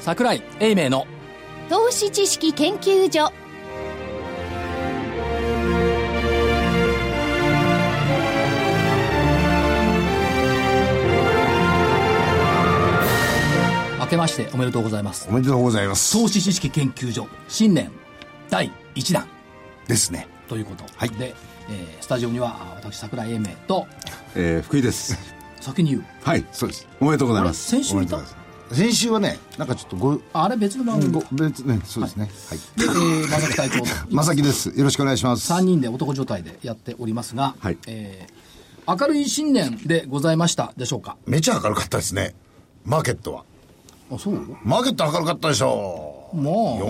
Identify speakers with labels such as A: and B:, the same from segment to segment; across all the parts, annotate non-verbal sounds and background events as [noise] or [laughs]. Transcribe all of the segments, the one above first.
A: 桜井英明の
B: 投資知識研究所
A: 明けましておめでとうございます
C: おめでとうございます。
A: 投資知識研究所新年第1弾
C: ですね。
A: ということで、
C: はい
A: えースタジオにはあ私桜井英明と
D: えー、福井
A: [laughs]
D: です。
A: 先に言う
D: はい、そうです。おめでとうございます。
A: 先週いた
D: おめでとうござい
C: 先週はね、なんかちょっとご、
A: あれ別の番組
C: ご
A: で、、
C: 別ね、そうですね。はい。
A: えー、馬崎隊長と
E: [laughs]
C: まさきです。よろしくお願いします。
A: 3人で男状態でやっておりますが、
D: はい
A: えー明るい新年でございましたでしょうか
E: めちゃ明るかったですねマーケットは
A: あそう
E: マーケット明るかったでしょ
A: まあ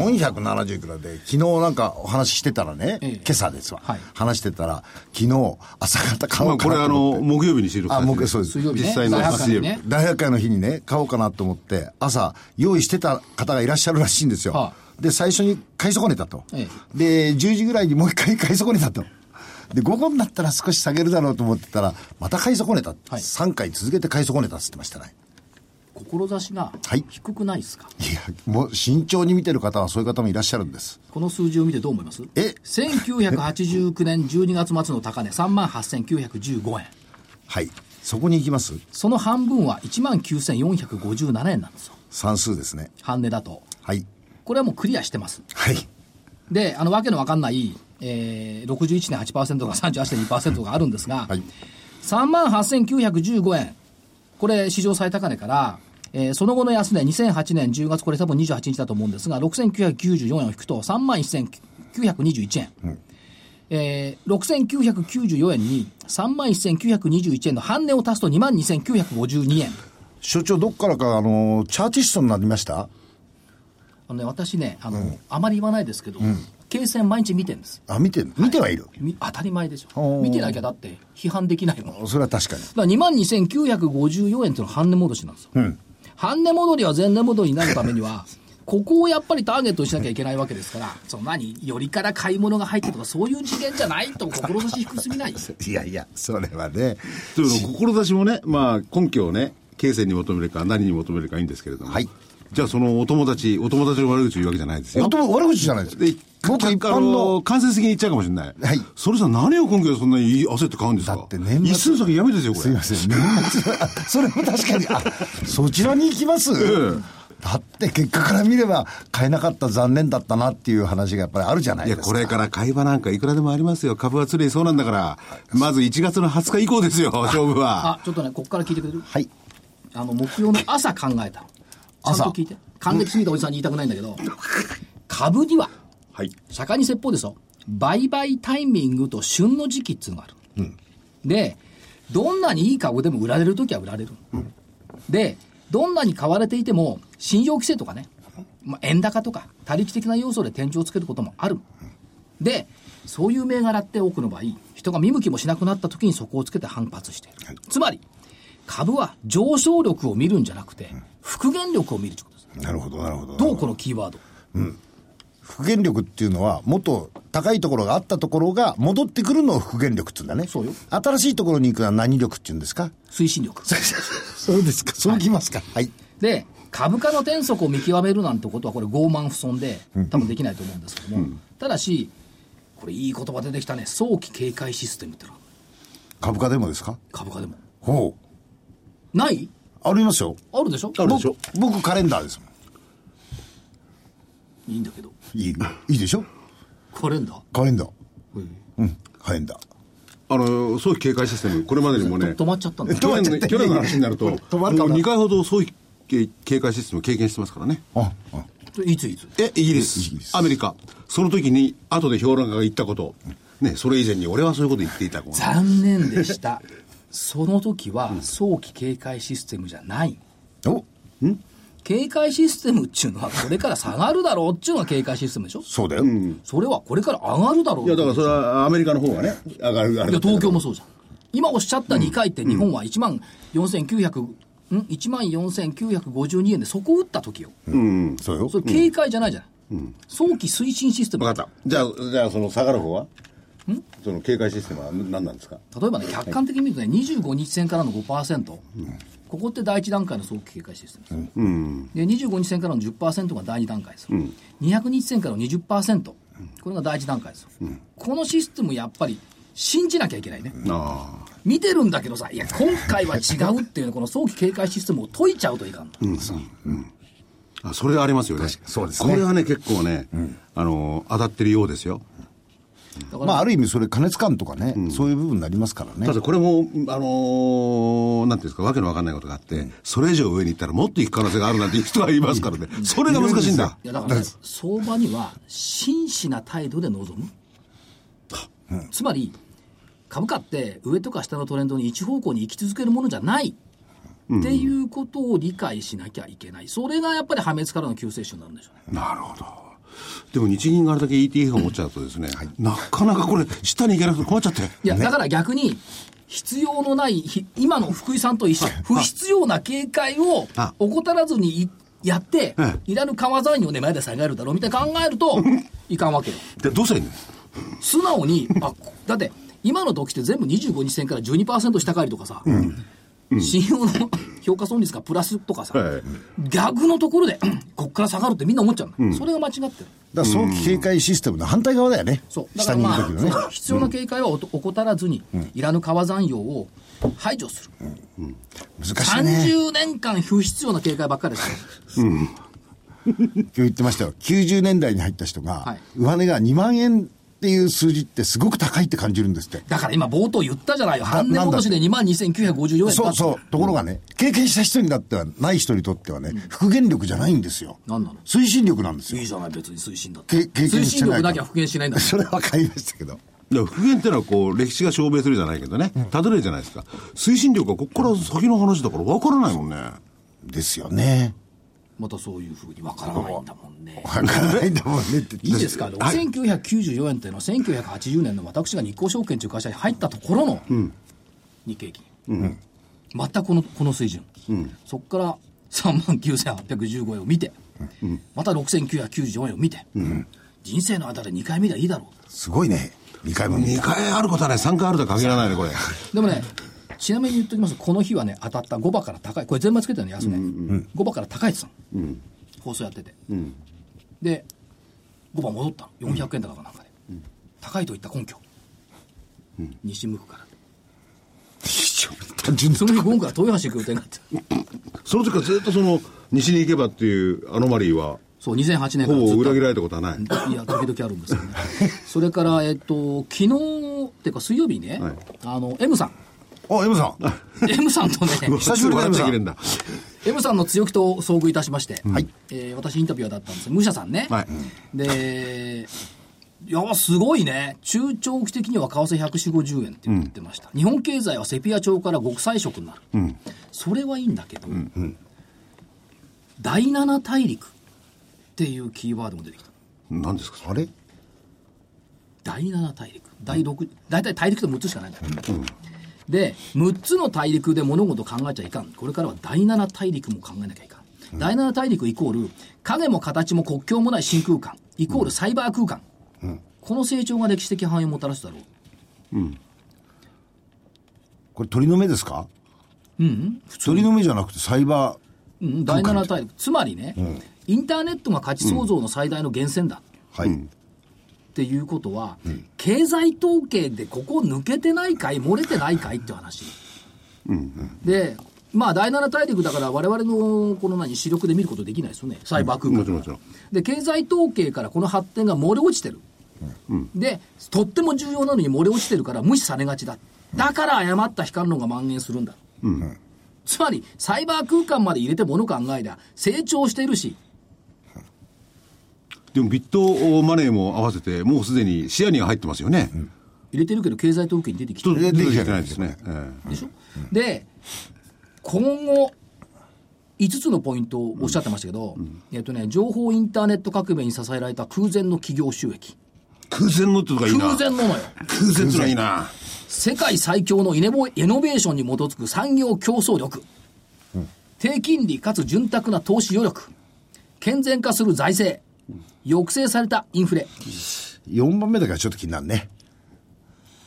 E: 470いくらで昨日なんかお話ししてたらね、
A: ええ
E: 今朝ですわ、
A: はい
E: 話してたら昨日朝方買
D: まあ
E: おう
D: こ
E: か
D: れ
E: な
D: あ
E: と
D: の
E: 思って
D: 木曜日に収録さ
E: あ
D: れて
E: 木そうです
A: 水曜日ね
D: 実際の
A: 大発会
D: 水曜日
A: ね
E: 大百科の日にね買おうかなと思って朝用意してた方がいらっしゃるらしいんですよ、
A: は
E: で最初に買い損ねたと、
A: え
E: で10時ぐらいにもう一回買い損ねたとで午後になったら少し下げるだろうと思ってたらまた買い損ねた、
A: はい
E: 3回続けて買い損ねたっつってましたね
A: 志が
E: はい
A: 低くないですか、
E: いやもう慎重に見てる方はそういう方もいらっしゃるんです
A: この数字を見てどう思います
E: え
A: 1989年12月末の高値3万8915円
E: はいそこに行きます
A: その半分は1万9457円なんですよ
E: 算数ですね
A: 半値だと
E: はい
A: これはもうクリアしてます
E: はい
A: であのわけのわかんない、えー、61.8%とか38.2%があるんですが、
E: はい
A: 3万8915円これ史上最高値から、えーその後の安値2008年10月これ多分28日だと思うんですが6994円を引くと3万1921円、えー、6994円に3万1921円の半値を足すと2万2952円
E: 所長どっからかあのチャーティストになりました
A: あのね私ねあの、あまり言わないですけど、経線毎日見てるんです
E: あ見て見てはいる、
A: み当たり前でしょ
E: おー
A: 見てなきゃだって批判できないもんだか
E: それは確かに
A: ら2万2954円っていうのは半値戻しなんですよ、半値戻りは前値戻りになるためには [laughs] ここをやっぱりターゲットにしなきゃいけないわけですからその何よりから買い物が入ってとかそういう事件じゃないと志低すぎないです
E: [laughs] いやいやそれはね
D: というのも志もね、まあ、根拠をね、経線に求めるか、何に求めるかいいんですけれども、
E: はい
D: じゃあ、そのお友達、お友達の悪口言うわけじゃないですよ。
E: 本当悪口じゃないです
D: で
E: 僕一般
D: あ
E: の
D: の間接的に言っちゃうかもしれない、
E: はい
D: それさ、何を根拠でそんなに焦って買うんですか、
E: だって年末
D: 一寸先やめですよ、これ、
E: すいません年 [laughs] 末あそれも確かにあそちらに行きます、
D: え
E: だって結果から見れば買えなかった残念だったなっていう話がやっぱりあるじゃない
D: いや、
E: ですか
D: これから会話なんかいくらでもありますよ、株はつれそうなんだから、まず1月の20日以降ですよ、勝負は。
A: あちょっとねこっから聞いてくれる
E: はい
A: あの木曜の朝考えたのちゃんと聞いて還暦過ぎたおじさんに言いたくないんだけ [laughs] ど株には
D: はい
A: 釈迦に説法ですよ売買タイミングと旬の時期っていうのがある、でどんなにいい株でも売られる時は売られる、でどんなに買われていても信用規制とかね、まあ、円高とか他力的な要素で天井をつけることもある、でそういう銘柄って多くの場合人が見向きもしなくなった時にそこをつけて反発している、つまり株は上昇力を見るんじゃなくて復元力を見るということです
E: なるほどなるほど
A: どうこのキーワード
E: 復元力っていうのはもっと高いところがあったところが戻ってくるのを復元力っていうんだね
A: そうよ
E: 新しいところに行くのは何力っていうんですか
A: 推進力
E: [laughs] そうですかそうきますかはい、
A: で株価の転速を見極めるなんてことはこれ傲慢不遜で多分できないと思うんですけども、ただしこれいい言葉出てきたね早期警戒システムってのは
E: 株価でもですか
A: 株価でも
E: ほう
A: ない
E: ありますよ
A: あるでしょ
E: 僕僕カレンダーですもん
A: いいんだけど
E: いいいいでしょ
A: カレンダー
E: カレンダーうんカレンダー
D: あの早期警戒システム、これまでにもね、
A: と止まっちゃったんだ
D: 去年の去年の話になると、もう
E: 止まるかな
D: 2回ほど早期警戒システムを経験してますからね。
E: ああ
A: いついつ
D: え、イギリ
E: イギリ
D: ス、
E: ス
D: アメリカ、その時に後で評論家が言ったこと、ね、それ以前に俺はそういうこと言っていたもん
A: 残念でしたその時は早期警戒システムじゃない
E: お
A: 警戒システムっちゅうのはこれから下がるだろうっちゅうのが警戒システムでしょ
E: そうだよ、
A: それはこれから上がるだろう
D: いや、だからそれはアメリカの方がね、上がる、上がる。
A: いや東京もそうじゃん今おっしゃった2回って日本は1万4900、ん1万4952円でそこ打った時よ、
E: そうよ
A: それ警戒じゃないじゃない、早期推進システム
D: 分かった。じゃあ、じゃあその下がる方はその警戒システムは何なんですか
A: 例えばね客観的に見るとね25日線からの5%、ここって第一段階の早期警戒システムです、で25日線からの10%が第二段階です、200日線からの20%これが第一段階です、このシステムやっぱり信じなきゃいけないね、
D: ああ
A: 見てるんだけどさいや今回は違うっていうこの早期警戒システムを解いちゃうといかんと、
D: あそれありますよね
C: そうですね
D: これはね結構ね、あの当たってるようですよ
A: だから、
E: まあ、ある意味それ、加熱感とかね、そういう部分になりますからね
D: た。だこれも、あのーなんていうんですか、わけのわかんないことがあって、それ以上上に行ったらもっと行く可能性があるなんていう人がいますからね。それが難しいんだ。
A: いやだから、ね、相場には真摯な態度で臨む、つまり株価って上とか下のトレンドに一方向に行き続けるものじゃないっていうことを理解しなきゃいけない、それがやっぱり破滅からの救世主になるんでしょうね。
D: なるほど。でも日銀があれだけ ETF を持っちゃうとですね、なかなかこれ、下に行けなくて困っちゃって。
A: いや、だから逆に、必要のない、ひ今の福井さんと一緒、不必要な警戒を
D: あ
A: 怠らずにいやって
D: え、
A: いらぬ川材にをね、前で下がるだろうみたいな考えると、いかんわけよ。
D: で、どうせ
A: 素直に、あ、こだって、今の時って全部25日線から12%下返りとかさ、信用の評価損率がプラスとかさ、
D: はい
A: 逆のところで、 [clears throat] うんこっから下がるってみんな思っちゃうの、それが間違ってる。
E: だから早期警戒システムの反対側だよね、
A: そう。だか
E: 下
A: ら
E: にいる
A: まあ、
E: 時のね、
A: そう必要な警戒はおと怠らずに、いらぬ川残用を排除する。
E: 難しいね、
A: 30年間不必要な警戒ばっかりです。
E: [laughs] 今日言ってましたよ、90年代に入った人が、
A: はい
E: 上値が2万円っていう数字って、すごく高いって感じるんですって、
A: だから今冒頭言ったじゃないよ。半年今年で22,954円
E: そう
A: う。
E: そう、ところがね、経験した人にだってはない人にとってはね、復元力じゃないんですよ、
A: 何なの
E: 推進力なんです
A: い
E: よ
A: い、じゃない、別に推進だって。
E: け経験してな
A: 推
E: い
A: 進力なきゃ復元しないんだ
E: それは買いましたけど、
D: ね、復元ってのはこう、歴史が証明するじゃないけどね、たどれるじゃないですか。推進力がここから先の話だからわからないもんね。
E: ですよね、
A: またそういうふうにわからないんだもんね。
E: わからないんだもんねって、
A: いいですか、6994円っていうのは、1980年の私が日興証券という会社に入ったところの日経金、全くこのこの水準、そこから3万9815円を見て、また6994円を見て、人生の間で2回見りゃいいだろ
E: すごいね、2回も見
D: 2
E: た
D: 回あることはね、3回あるとは限らないね、これ。
A: う、でもね、ちなみに言っておきますと、この日はね、当たった5番から高い、これ、全枚つけてるの安値、5番から高いって言ってたの放送やってて、で、5番戻ったの、400円高かなんかで、高いといった根拠、西向くから。
E: 単純に
A: その日午後から豊橋行く予定になってる
D: その時からずっとその、西に行けばっていうアノマリーは、
A: そう2008年か
D: ほ
A: ら
D: ぼ
A: ずっと
D: 裏切られたことはない。
A: いや時々あるんですよねそれからえっと昨日っていうか水曜日にね、
D: はい
A: あの M さん
E: あ、M さん、
A: M さんとね
D: [laughs] 久しぶりだよ、さんだ。
A: M さんの強気と遭遇いたしまして、えー私インタビュアーだったんです武者さんね、
D: はい
A: でいやすごいね中長期的には為替150円って言ってました、日本経済はセピア調から極彩色になる、それはいいんだけど、第七大陸っていうキーワードも出てきた
D: 何ですか、それ
E: あれ
A: 第七大陸第六大体大陸と6つしかないんだよ、で6つの大陸で物事を考えちゃいかんこれからは第七大陸も考えなきゃいかん、第七大陸イコール影も形も国境もない真空間イコールサイバー空間、この成長が歴史的繁栄をもたらすだろう
E: これ鳥の目ですか
A: うん、
E: 鳥の目じゃなくてサイバ
A: うんうん、第七大陸つまりね、インターネットが価値創造の最大の源泉だ、
E: ー、はい
A: っていうことは、経済統計でここ抜けてないかい漏れてないかいって話、でまあ第七大陸だから我々のこの何視力で見ることできないですよねサイバー空間、
D: もちろんもちろん
A: で経済統計からこの発展が漏れ落ちてる、でとっても重要なのに漏れ落ちてるから無視されがちだだから誤った悲観論が蔓延するんだ、つまりサイバー空間まで入れて物考えりゃ成長しているし
D: でもビットマネーも合わせて、もうすでに視野には入ってますよね。
A: 入れてるけど経済統計に出てきて
D: ちょ
A: る
D: っと出てきてないですね。ええ
A: でしょ、で今後5つのポイントをおっしゃってましたけど、えっとね、情報インターネット革命に支えられた空前の企業収益
D: 空前のってとかいいな。
A: 空前ののよ
D: 空前ってのがいいな。
A: 世界最強のイネボイノベーションに基づく産業競争力、低金利かつ潤沢な投資余力健全化する財政抑制されたインフレ
E: 4番目だからちょっと気になるね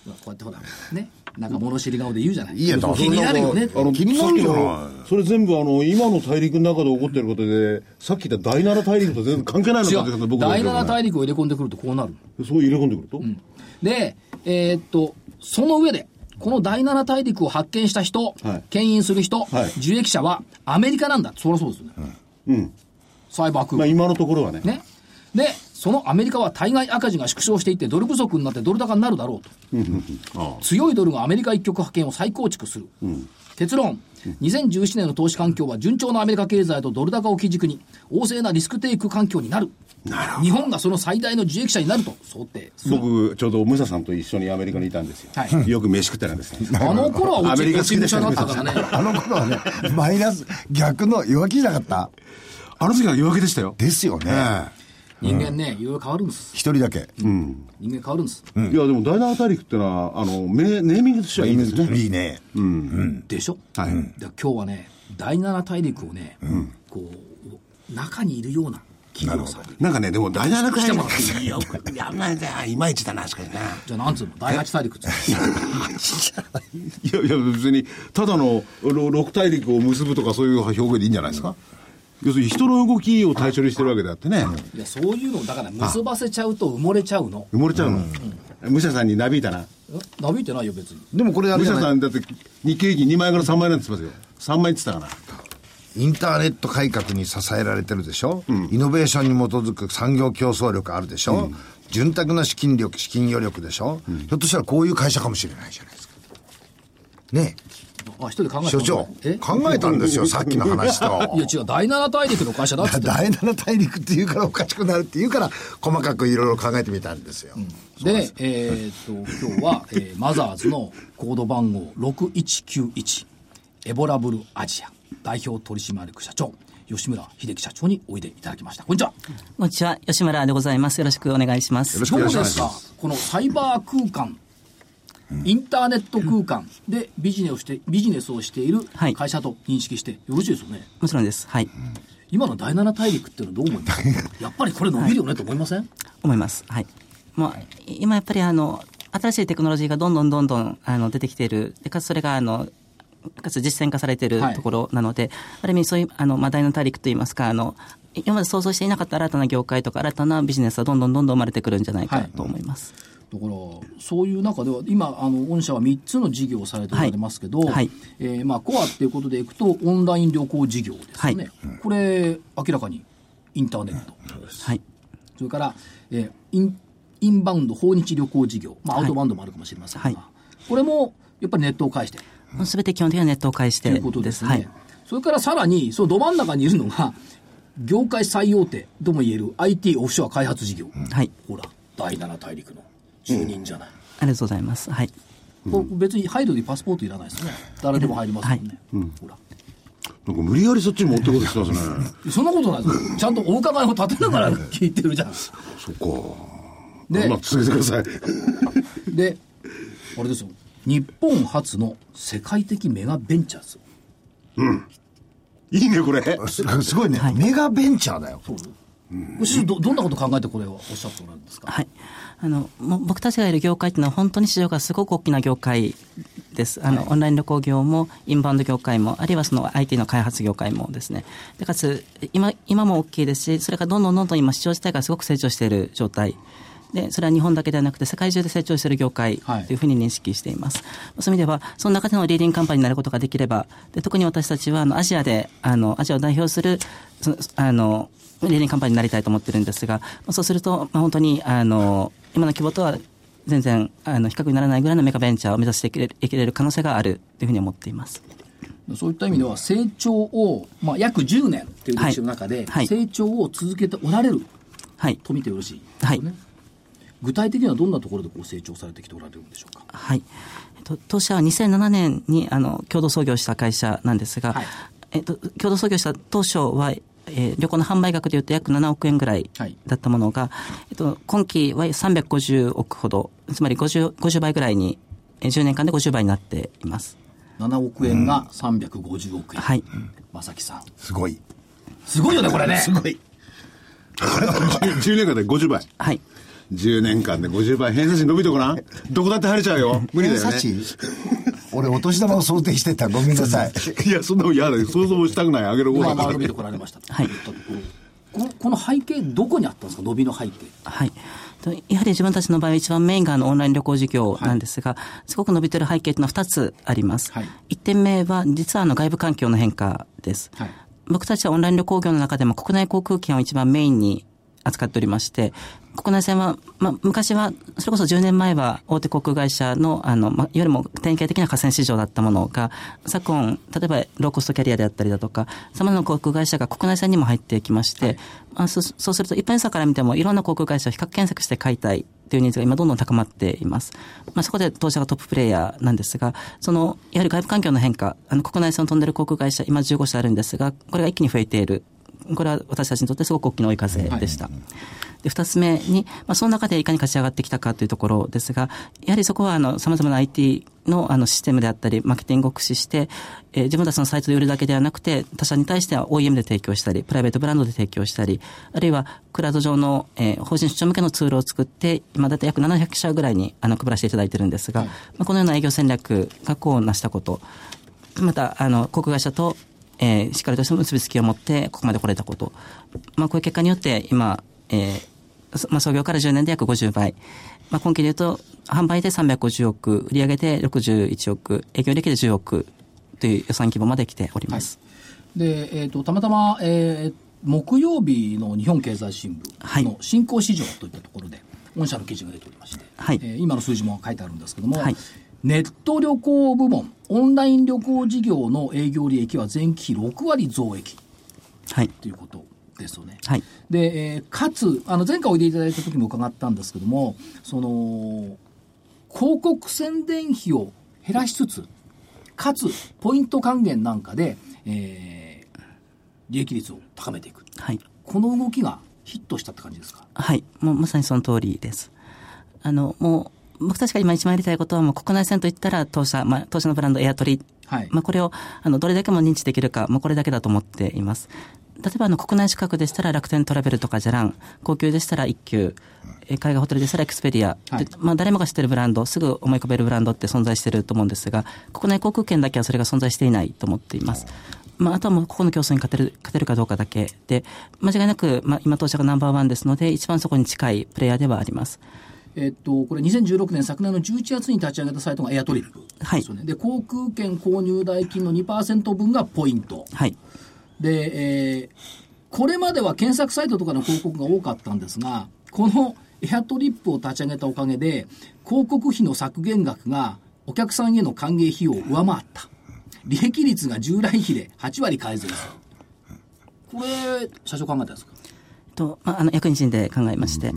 A: ほらこうやってほらねなんか物知り顔で言うじゃない。
E: いやだから
A: 気になるよね。
E: あの気になるじゃない
D: さっきのそれ全部あの、今の大陸の中で起こってることで、さっき言った第七大陸と全然関係ないのかって
A: 違
D: こと
A: う。
D: 僕は
A: 第七大陸を入れ込んでくるとこうなる。
D: そう入れ込んでくると、
A: で、えーっと、その上で、この第七大陸を発見した人、
D: はい
A: 牽引する人、
D: はい
A: 受益者はアメリカなんだ。そりゃそうですよね。
D: うん。
A: サイバー空
D: まあ
A: 間。
D: 今のところはね。
A: ね。で、そのアメリカは対外赤字が縮小していって、ドル不足になってドル高になるだろうと。
D: あ
A: 強いドルがアメリカ一極派遣を再構築する、結論2017年の投資環境は順調なアメリカ経済とドル高を基軸に旺盛なリスクテイク環境になる日本がその最大の受益者になると想定
D: あ僕、ちょうどムサさんと一緒にアメリカにいたんですよ。
A: はい
D: よく飯食ってたんですね。
A: あの頃は
D: ア
A: 落
D: メ
A: ち
D: リカ好
A: 落ち
D: き
A: 武
D: でし
A: 者
D: た
A: だ
D: ね
A: ったからね
E: あの頃はね、 [laughs] マイナス、逆の弱気じゃなかった。
D: あの時は夜明けでしたよ。
E: ですよね。
A: 人間ねいろいろ変わるんです
E: 一人だけ。
A: 人間変わるんです、
D: いや、でも第七大陸ってのは、あの、めネーミングとしてはいいんですね。
E: いいね。
A: でしょ、
D: はい
A: だから今日はね第七大陸をね、こう中にいるような企業さんに
D: なんかね、でも第七大
A: ても
D: 陸
A: らっ
D: ってよく、やんないだよ。いまいちだな、しかしな。
A: じゃあなんつうの第八大陸っつうの
D: いやいや別にただのろ六大陸を結ぶとかそういう表現でいいんじゃないですか、要するに人の動きを対象にしてるわけであってね、
A: いやそういうのだから結ばせちゃうと埋もれちゃうの
D: 埋もれちゃうの、武者さんになびいたな
A: えなびいてないよ別に
E: でもこれあれ
D: 武
E: じゃ
D: 者
E: な
D: さ
E: い
D: んだって日経平均2枚から3枚なんて言ってますよ3枚って言ってたか
E: インターネット改革に支えられてるでしょ、イノベーションに基づく産業競争力あるでしょ、潤沢な資金力、資金余力でしょ、ひょっとしたらこういう会社かもしれないじゃないですか。ね
A: あ一人で考え
E: え、
A: た
E: 所長
A: え、
E: 考えたんですよ、さっきの話と。
A: いや違う第七大陸の会社だっつって
E: 第七大陸っていうからおかしくなるっていうから、細かくいろいろ考えてみたんですよ。
A: でえーっと今日は、えーマザーズのコード番号6191エボラブルアジア代表取締役社長吉村秀樹社長においでいただきましたこんにちは
F: こんにちは、吉村でございます。よろしくお願いします。
A: どうですかこのサイバー空間インターネット空間でビジネスをしてビジネスをしている
F: はい
A: 会社と認識してよろしいですよね、
F: もちろんです。はい。
A: 今の第七大陸っていうのはどう思います
F: [laughs]
A: かやっぱりこれ伸びるよねと思いません、
F: 思います。はい。もう、今やっぱりあの、新しいテクノロジーがどんどんどんどんあの出てきている。で、かつそれがあの、かつ実践化されている
A: はい
F: ところなので、ある意味そういう、あの、まあ、第七大陸といいますか、あの、今まで想像していなかった新たな業界とか新たなビジネスはどんどんどんどん生まれてくるんじゃないか
A: はい
F: と思います。
A: だからそういう中では今あの御社は3つの事業をされておられますけど、
F: はいはい
A: えーまあ、コアっていうことでいくとオンライン旅行事業ですよね、これ明らかにインターネット、
F: はい。
A: それから、えーインインバウンド訪日旅行事業、まあ、アウトバウンドもあるかもしれませんが、
F: はい
A: これもやっぱりネットを介して
F: もうすべて基本的にはネットを介し
A: と
F: て
A: いうことですね、
F: はい。
A: それからさらにそのど真ん中にいるのが業界最大手ともいえる IT オフショア開発事業、
F: はい。
A: ほら、第七大陸の住人じゃない。
F: ありがとうございます。はい。
A: これ別に入るにパスポートいらないですね。誰でも入りますもんね。ほら。
D: らなんか無理やりそっちに持ってこうとしてますね
A: そんなことないですよ。ちゃんとお伺いを立てながら聞いてるじゃん。
D: そっか
A: で
D: まあ、続けてください
A: で、あれですよ。日本初の世界的メガベンチャーズ。
D: [laughs] いいねこれ
E: すすごいね、メガベンチャーだよ。
A: ご主人ど、どんなこと考えてこれをおっしゃっておられるんですか
F: はい、あのもう僕たちがいる業界っていうのは本当に市場がすごく大きな業界ですあの、オンライン旅行業もインバウンド業界もあるいはその IT の開発業界もですねでかつ今今も大きいですしそれがどんどんどんどん今市場自体がすごく成長している状態でそれは日本だけではなくて世界中で成長している業界
A: はい
F: というふうに認識しています、そういう意味ではその中でのリーディングカンパニーになることができればで特に私たちはあのアジアであのアジアを代表するそのあのリーディングカンパニーになりたいと思ってるんですがそうすると、まあ、本当にあの今の規模とは全然あの比較にならないぐらいのメガベンチャーを目指していけれいけれる可能性があるというふうに思っています。
A: そういった意味では成長を、まあ、約10年っていう歴史の中で、
F: はいはい
A: 成長を続けておられる
F: はい
A: と見てよろしいです
F: はい
A: よね具体的にはどんなところでこう成長されてきておられるんでしょうか
F: はい。えっと当社は2007年にあの共同創業した会社なんですが、
A: はい
F: えっと、共同創業した当初は、えー旅行の販売額でいうと約7億円ぐらい
A: はい
F: だったものが、えっと、今期は350億ほど、つまり 50, 50倍ぐらいに、えー10年間で50倍になっています。
A: 7億円が350億円、
F: はい。
A: 正木さん
E: すごい。
F: [laughs]
A: すごいよねこれね
D: 10年間で50倍
F: はい。
D: 10年間で50倍偏差値伸びとこなどこだって晴れちゃう
A: [laughs]
D: よ無理だよね
C: 偏差
E: [laughs]
C: 値俺、お年玉を想定してた。ごめんなさい。
D: [laughs] いやそんなの嫌だよ想像もしたくない上げる方
A: まあ
D: だ
A: ま
D: か
A: あ
D: ら
A: 伸びてこられましたと、はい、このこの背景どこにあったんですか伸びの背景
F: はい、とやはり自分たちの場合、一番メインがあのオンライン旅行事業なんですが、すごく伸びてる背景というのは2つあります。
A: はい
F: 1点目は、実はあの外部環境の変化です。
A: はい
F: 僕たちはオンライン旅行業の中でも国内航空券を一番メインに扱っておりまして、国内線は、まあ、昔は、それこそ10年前は大手航空会社の、あの、まあ、よりも典型的な河川市場だったものが、昨今、例えばローコストキャリアであったりだとか、様々な航空会社が国内線にも入ってきまして、まあ、そそうすると一般予算から見ても、いろんな航空会社を比較検索して解体というニーズが今どんどん高まっています。まあ、そこで当社がトッププレイヤーなんですが、その、やはり外部環境の変化、あの、国内線を飛んでる航空会社、今15社あるんですが、これが一気に増えている。これは私たちにとってすごく大きな追い風でした。で、二つ目に、まあ、その中でいかに勝ち上がってきたかというところですが、やはりそこは、あの、様々な IT の、あの、システムであったり、マーケティングを駆使して、えー自分たちのサイトで売るだけではなくて、他社に対しては OEM で提供したり、プライベートブランドで提供したり、あるいは、クラウド上の、えー法人出張向けのツールを作って、今だいたい約700社ぐらいに、あの、配らせていただいてるんですが、まあ、このような営業戦略が功を成したこと、また、あの、航空会社と、えーしっかりとした結びつきを持って、ここまで来れたこと。まあ、こういう結果によって、今、えーそまあ、創業から10年で約50倍。まあ、今期で言うと、販売で350億、売上で61億、営業利益で10億という予算規模まで来ております。
A: で、えー、とたまたま、えー木曜日の日本経済新
F: はい
A: 聞の新興市場といったところで、御社の記事が出ておりまして、
F: はい
A: えー今の数字も書いてあるんですけども、
F: はい
A: ネット旅行部門、オンライン旅行事業の営業利益は前期比6割増益
F: はい。
A: ということですよね。
F: はい
A: で、えーかつ、あの前回おいでいただいた時も伺ったんですけども、その、広告宣伝費を減らしつつ、かつ、ポイント還元なんかで、えー利益率を高めていく。
F: はい。
A: この動きがヒットしたって感じですか
F: はい。もうまさにその通りです。あの、もう、僕たちが今一番やりたいことは、もう国内線といったら、当社、まあ、当社のブランドエアトリ。
A: はい
F: まあ、これを、あの、どれだけも認知できるか、もうこれだけだと思っています。例えば、あの、国内資格でしたら楽天トラベルとかじゃらん、高級でしたら一級、え海外ホテルでしたらエクスペリア、
A: はい
F: でまあ、誰もが知ってるブランド、すぐ思い浮かべるブランドって存在してると思うんですが、国内航空券だけはそれが存在していないと思っています。まあ、あとはもうここの競争に勝てる、勝てるかどうかだけで、間違いなく、まあ、今当社がナンバーワンですので、一番そこに近いプレイヤーではあります。
A: えっと、これ2016年昨年の11月に立ち上げたサイトがエアトリップですよね。で、航空券購入代金の2%分がポイント。
F: はい。
A: で、えーこれまでは検索サイトとかの広告が多かったんですが、このエアトリップを立ち上げたおかげで、広告費の削減額がお客さんへの還元費用を上回った。利益率が従来比で8割改善した。これ、社長考えたんですか
F: と、まあ、あの役員陣で考えまして、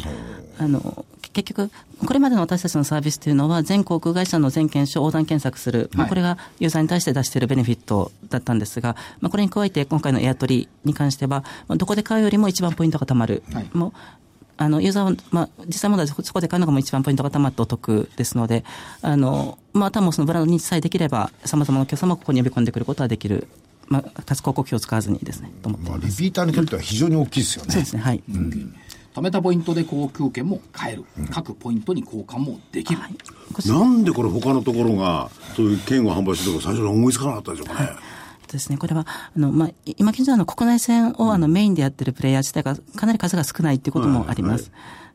F: あのけ結局、これまでの私たちのサービスというのは、全航空会社の全検証を横断検索する、まあこれがユーザーに対して出しているベネフィットだったんですが、まあ、これに加えて、今回のエアトリに関しては、まあどこで買うよりも一番ポイントがたまる。
A: はい
F: もうあの、ユーザーは、まあ、実際問題、そこそこで買うのがもう一番ポイントがたまってお得ですので、あの、まあ、あとはもうそのブランドにさえできれば、様々なお客様をここに呼び込んでくることはできる。まあ、かつ広告費を使わずにですね、と思って
E: まあ、リピーターにとっては非常に大きいですよ
F: そう
E: ね
F: ですね、はい。
A: 貯めたポイントで航空券も買える。各ポイントに交換もできる。
F: こちら
D: なんでこれ他のところがそういう券を販売してるとか最初に思いつかなかったんでしょう
A: [laughs]
D: かね、
F: ですね、これは、あの、まあ、い今現在の国内線をあのメインでやってるプレイヤー自体がかなり数が少ないっていうこともあります。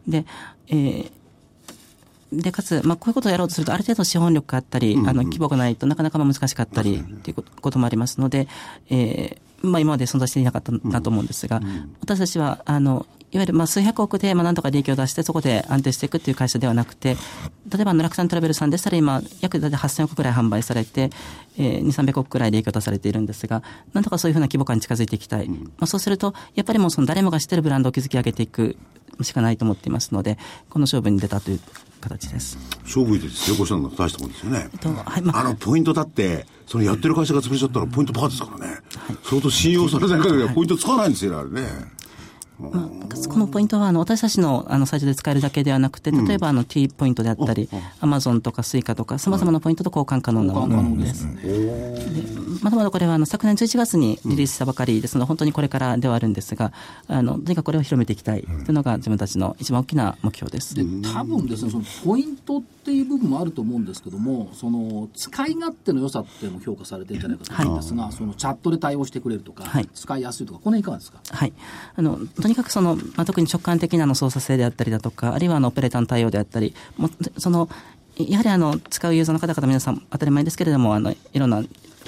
F: で、えーで、かつ、まあ、こういうことをやろうとすると、ある程度資本力があったり、あの、規模がないとなかなかまあ難しかったり、っていうことこともありますので、えーまあ、今まで存在していなかったんだと思うんですが、私たちは、あの、いわゆる、まあ、数百億で、まあ、なんとか利益を出して、そこで安定していくっていう会社ではなくて、例えば、あの楽天トラベルさんでしたら、今、約だいたい8000億くらい販売されて、えー、2、300億くらい利益を出されているんですが、なんとかそういうふうな規模感に近づいていきたい。まあ、そうすると、やっぱりもう、その誰もが知ってるブランドを築き上げていくしかないと思っていますので、この勝負に出たという形です。
D: 勝負で成功したのが大したもんですよね、
F: とはいまあ
D: あのポイントだってそのやってる会社が潰れちゃったらポイントバカですからね、相当信用されない限りはポイントつかないんですよねあれね、
F: まあ、このポイントはあの私たちのあのサイトで使えるだけではなくて、例えばあの T ポイントであったり、アマゾンとかスイカとか、さまざまなポイントと交換可能なものです。でまだまだこれはあの昨年11月にリリースしたばかりですので、本当にこれからではあるんですが、あのとにかくこれを広めていきたいというのが自分たちの一番大きな目標です。
A: で多分ですねそのポイントっていう部分もあると思うんですけどもその使い勝手の良さっていうのも評価されてるんじゃないかと思うんですが、そのチャットで対応してくれるとか、
F: はい
A: 使いやすいとかこの辺いかがですか
F: はい、あのとにかくその、まあ、特に直感的なあの操作性であったりだとか、あるいはあのオペレーターの対応であったり、もうそのやはりあの使うユーザーの方々、皆さん当たり前ですけれども、あのいろんな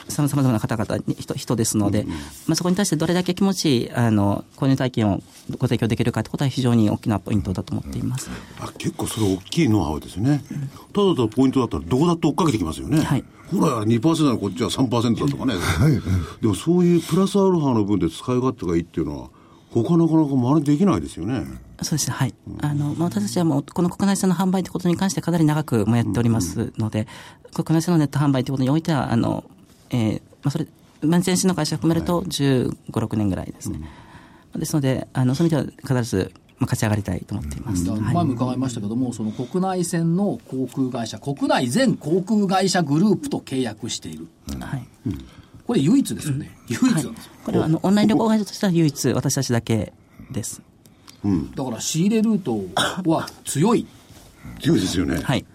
F: さまざまな方々に人人ですので、まあ、そこに対してどれだけ気持ちいいあの購入体験をご提供できるかということは非常に大きなポイントだと思っています。
G: あ結構それ大きいノウハウですね、ただただポイントだったらどこだって追っかけてきますよね、
F: はい
G: ほら2%ならこっちは3%だとかね、でもそういうプラスアルファの分で使い勝手がいいっていうのは他なかなか真似できないですよね、
F: そうですね、はい。あの、まあ、私たちはもう、この国内線の販売ということに関してかなり長くもやっておりますので、国内線のネット販売ということにおいては、あの、えーまあ、それ、まあ前身の会社を含めると15、6年ぐらいですね。ですので、あの、そういう意味では必ず、まあ、勝ち上がりたいと思っています。はい
A: 前も伺いましたけども、その国内線の航空会社、国内全航空会社グループと契約している、
F: はい
A: これ、唯一ですよね、唯一なんですよ、
F: これは、あの、オンライン旅行会社としては唯一、私たちだけです。
A: だから仕入れルートは強い、
G: 強いですよね、
F: はい。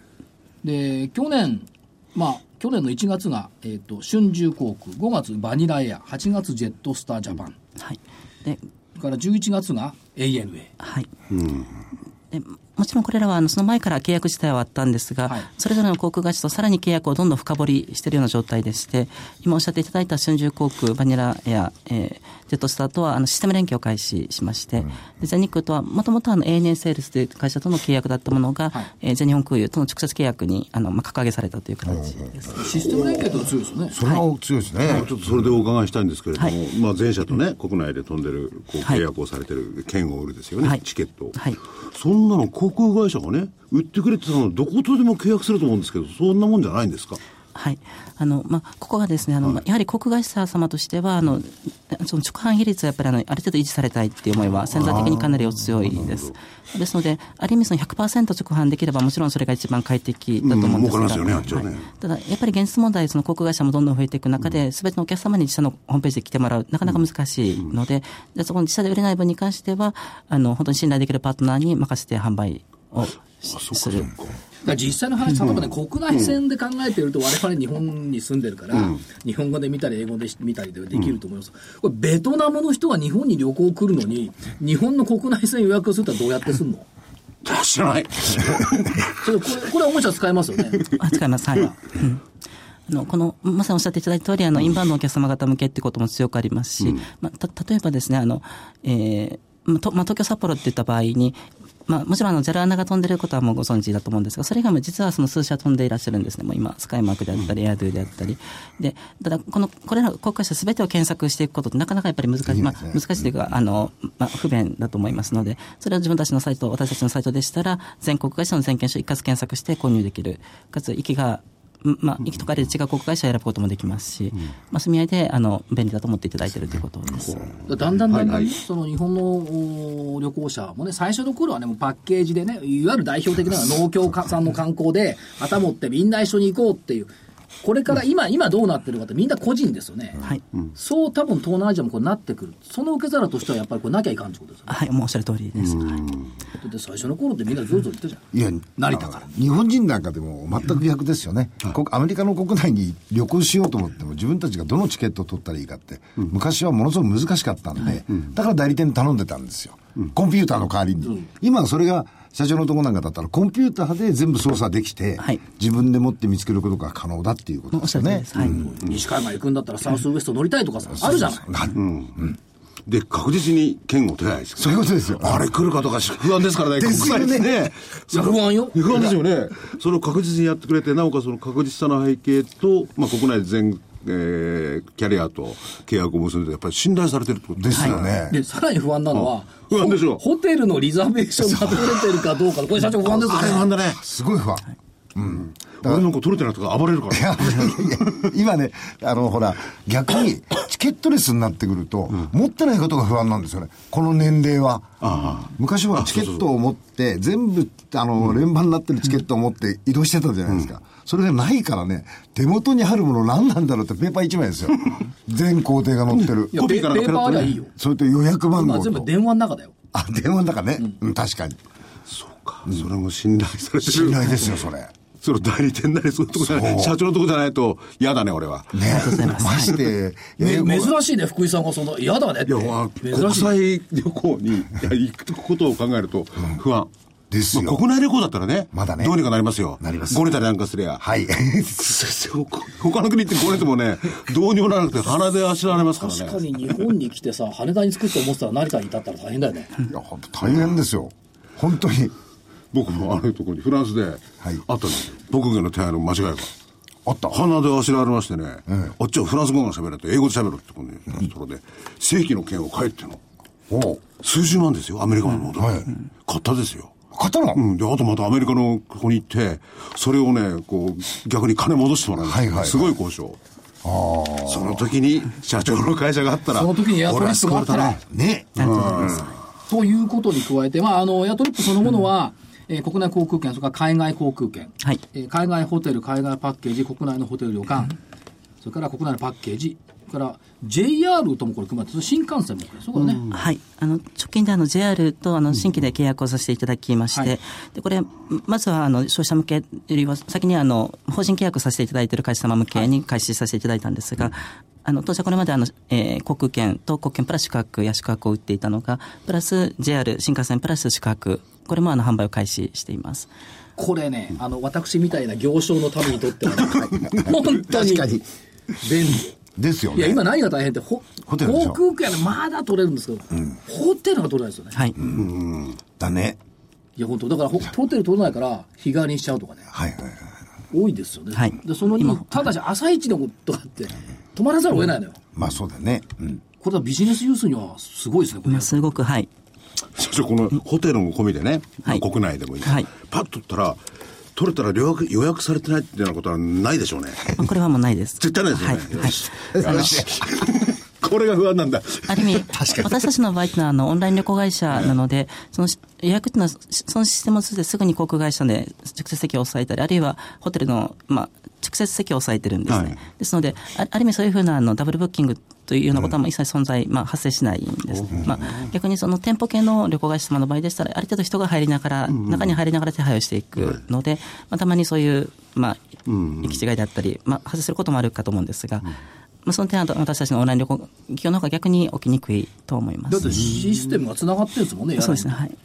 A: で去年、まあ、去年の1月が、えー、と春秋航空、5月バニラエア、8月ジェットスタージャパン、
F: はい。で、
A: それから11月が ANA、
F: はい。でもちろんこれらはあのその前から契約自体はあったんですが、
A: はい
F: それぞれの航空会社とさらに契約をどんどん深掘りしているような状態でして、今おっしゃっていただいた春秋航空、バニラエア、えージェットスターとはあのシステム連携を開始しまして、で全日空とはもともとあの ANA セールスという会社との契約だったものが、
A: はい
F: えー全日本空輸との直接契約にあの、まあ、格上げされたという形です。
A: システム連携というのは強いですよね。
E: それは強いですね。
G: ちょっとそれでお伺いしたいんですけれども、
F: はい
G: まあ、前社とね国内で飛んでるこう
F: はい
G: 契約をされてる券を売るですよね、
F: はい
G: チケットを、
F: はい
G: そんなの航空会社がね売ってくれてたのどことでも契約すると思うんですけどそんなもんじゃないんですか
F: はいあのまあ、ここがですねあの、まあやはり航空会社様としては、あのその直販比率はやっぱりあのある程度維持されたいっていう思いは、潜在的にかなりお強いです。ですので、ある意味、その100%直販できれば、もちろんそれが一番快適だと思うんです
G: う
F: が、
G: ん儲かりますよねあっちはね
F: はいただ、やっぱり現実問題、その航空会社もどんどん増えていく中で、すべ、てのお客様に自社のホームページで来てもらう、なかなか難しいので、じゃあそこの自社で売れない分に関してはあの、本当に信頼できるパートナーに任せて販売をしする。
A: だから実際の話、例えばね、国内線で考えていると、我々日本に住んでるから、日本語で見たり、英語で見たりでできると思います、これ、ベトナムの人が日本に旅行来るのに、日本の国内線予約をするとはどうやってするの [laughs]
G: 知らない
A: それこれ、これ、おもちゃ使えますよね。
F: あ使います、はい。うんあのこのまさにおっしゃっていただいた通りあのインバウンドのお客様方向けってことも強くありますし、まあ、た例えばですねあの、えーまあとまあ、東京、札幌っていった場合に、まあ、もちろんあの JAL アナが飛んでることはもうご存知だと思うんですがそれ以外も実はその数社飛んでいらっしゃるんですねもう今、スカイマークであったり、エアドゥであったりでただこの、これら航空会社すべてを検索していくことってなかなかやっぱり難しい、まあ、難しいというか、あのまあ、不便だと思いますのでそれを自分たちのサイト私たちのサイトでしたら全国会社の全件書一括検索して購入できるかつ息がんまあ、行きとかで違う航空会社を選ぶこともできますし、まあ、そういう意味合いであの便利だと思っていただいているということです。
A: だんだんだんだんね、
G: はいはい
A: その日本のお旅行者もね、最初の頃はね、もうパッケージでね、いわゆる代表的なのは農協かさんの観光で、旗持ってみんな一緒に行こうっていう、これから今、今どうなってるかって、みんな個人ですよね。
F: はい、
A: そう多分東南アジアもこうなってくる、その受け皿としてはやっぱりこれなきゃいかんってことですよね。
F: はい、もうおっしゃる通りです。はい
A: だって最初の頃ってみんなずるずる言ってたじゃん。
E: いや、
A: 成田から
E: あの日本人なんかでも全く逆ですよね、こアメリカの国内に旅行しようと思っても、自分たちがどのチケットを取ったらいいかって、昔はものすごく難しかったんで、だから代理店に頼んでたんですよ、コンピューターの代わりに。今はそれが社長のとこなんかだったら、コンピューターで全部操作できて、
F: はい
E: 自分で持って見つけることが可能だっていうこと
F: もう
E: で
F: おっし
E: す
F: ゃ
E: よね
F: る通りで。す。はい。
A: 西海岸行くんだったらサウスウエスト乗りたいとかさ、あるじゃない。
G: で確実に券を手配してく
E: そ
G: れる
E: ういうことですよ。
G: あれ来るかとか不安ですからね、
E: ですよね
G: 国内で
A: や不安よ
G: 不安ですよね。それを確実にやってくれて、なおかつその確実さの背景と、まあ、国内全、えーキャリアと契約を結んで、やっぱり信頼されてるってこと
E: で
G: です
E: よね。
A: で、さらに不安なのは、
G: 不安でしょう
A: ホホテルのリザーベーションが取れてるかどうか、これ社長不安ですよ
G: あれ不安
A: ね。
G: だね。
E: すごい不安。
G: 俺なんか取れてないとか暴れるから。
C: いやいや今ね、あの、ほら、逆に、チケットレスになってくると、持ってないことが不安なんですよね。この年齢は。昔はチケットを持って、全部、あの、連番になってるチケットを持って移動してたじゃないですか。それがないからね、手元にあるもの何なんだろうってペーパー1枚ですよ。全工程が載ってる
A: い。やペペーパーではいいよ
C: それと予約番
A: 今
C: 号
A: 全部
C: と。
A: 電話の中だよ
C: あ、電話だからね。うん、確かに。
G: それも信頼されてる。
C: 信頼ですよ、それ。
G: その代理店なりそういうとこじゃない。社長のとこじゃないと嫌だね、俺は。
C: ね、まして、
A: め
C: 英語が
A: 珍しいね福井さんがその嫌だねっ
G: い
A: て
G: や、まあ
A: 珍
G: 国
A: しい
G: 際旅行にいや行くことを考えると不安。
C: ですよ
G: まあ国内旅行だったらね、
C: まだね
G: どうにかなりますよ。
C: なります
G: ごねたりなんかすりゃ。
A: [laughs]
C: はい。
G: 他の国行ってこれてもね、どうにもならなくて鼻であしらわれますからね。
A: 確かに日本に来てさ羽田に着くと思ってたら成田に至ったら大変だよね
C: いや、ほんと大変ですよ。本当に。
G: 僕もあるところにフランスで、
C: い
G: あったんですよ僕がの手配の間違いが
C: あった
G: 鼻であしらわれましてね、あっちはフランス語が喋れて英語で喋るってこ、ねところで正規の券を買えっての
C: おう
G: 数十万ですよアメリカのもので、買ったですよ
C: 買ったの、
G: うん、であとまたアメリカのここに行ってそれをねこう逆に金戻してもらうんです
C: は
G: よ、
C: いはいはい
G: すごい交渉その時に社長の会社があったら
A: その時にエアトリップがあったら
G: 俺は救われ
C: ね
F: ありがとうございます。
A: ということに加えて、まあ、あのエアトリップそのものは、えー国内航空券、それから海外航空券、
F: はい
A: えー海外ホテル、海外パッケージ、国内のホテル、旅館、それから国内のパッケージ、それから JR ともこれ組まれて、それ新幹線もこれ、そうだね、
F: はい、あの直近であの JR とあの新規で契約をさせていただきまして、
A: はい
F: でこれ、まずはあの消費者向けよりは、先にあの法人契約させていただいている会社様向けに開始させていただいたんですが、あの当社、これまであの、えー航空券と国券プラス宿泊や宿泊を売っていたのが、プラス JR 新幹線プラス宿泊、これもあの販売を開始しています。
A: これね、あの私みたいな行商の民にとっては、本当
C: 確
A: に
C: かに。
A: 便利。
C: ですよね。
A: いや、今何が大変って、ほ
C: ホテルでし
A: 航
C: ょ
A: 空券まだ取れるんですけど、ホテルが取れないですよね。
F: はい、
C: だね。
A: いや、本当だからほホテル取れないから、日帰りにしちゃうとかね。
C: はいはいはい。
A: 多いですよね、
F: はい
A: でその2、ただし朝一のことがあって、止まらざるを得ないのよ、
C: まあそうだね。うん。
A: これはビジネスユースにはすごいですね、これ、
F: まあ、すごく、はい、
G: た社長このホテルも込みでね、
F: はい
G: まあ国内でもいい、
F: はい
G: パッと取ったら取れたら予約予約されてないっていうようなことはないでしょうね
F: まあ、これはもうないです。
G: 絶対ないですよね、
F: はい
G: よしよしこれが不安なんだ
F: ある意
G: [laughs]
F: 味、私たちの場合ってのはあのオンライン旅行会社なので、そのし予約っていうのは、しそのシステムを通じてすぐに航空会社で直接席を押さえたり、あるいはホテルの、まあ、直接席を押さえてるんですね。
G: はい
F: ですので、あある意味そういうふうなあのダブルブッキングというようなことはもう一切存在、まあ、発生しないんです、まあ、逆にその店舗系の旅行会社様の場合でしたら、ある程度人が入りながら、中に入りながら手配をしていくので、まあ、たまにそういう、まあ、行き違いであったり、まあ、発生することもあるかと思うんですが、まあ、その点は私たちのオンライン旅行企業の方が逆に起きにくいと思いま
A: だって
F: す。
A: システムがつながってるんですもんね、
F: そうですね、はい。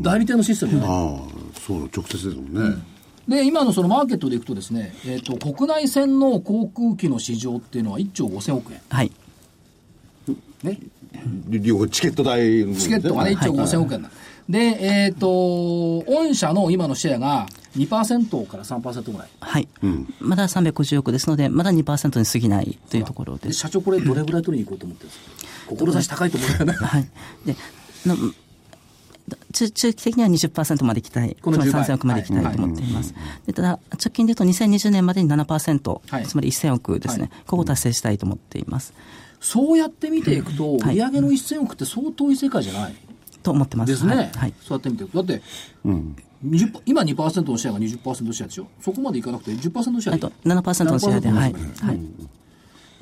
A: 代理店のシステムがね、
G: ああそう直接ですもんね、
A: で今のそのマーケットでいくとですね、えーと、国内線の航空機の市場っていうのは1兆5000億円、
F: はい。
A: ね、
G: 両方チケット代の
A: チケットがね、1兆5000億円なで、えーと、御社の今のシェアが2%から3%ぐらい、
F: はい。まだ350億ですので、まだ2%に過ぎないというところで
A: で。社長、これ、どれぐらい取りに行こうと思ってるんですか、志高いと思うよね。
F: はい。で、あの中中期的には20%まで行きたい。
A: この
F: つまり
A: 10倍
F: 3000億まで行きた
A: はい
F: いと思っています。でただ、直近で言うと2020年までに7%、
A: はい
F: つまり1000億ですね、
A: はい
F: ここを達成したいと思っています。
A: [laughs] そうやって見ていくと、売
F: はい
A: 上の1000億って相当いい世界じゃない
F: と思ってます。
A: ですね、
F: はいはい。
A: そうやって見ていくと。だって、20今2%のシェアが20%シェアでしょ、そこまでいかなくて10%のシェア
F: あ
A: で
F: と7%のシェアで、はい。
A: 7%のシェ
F: はい。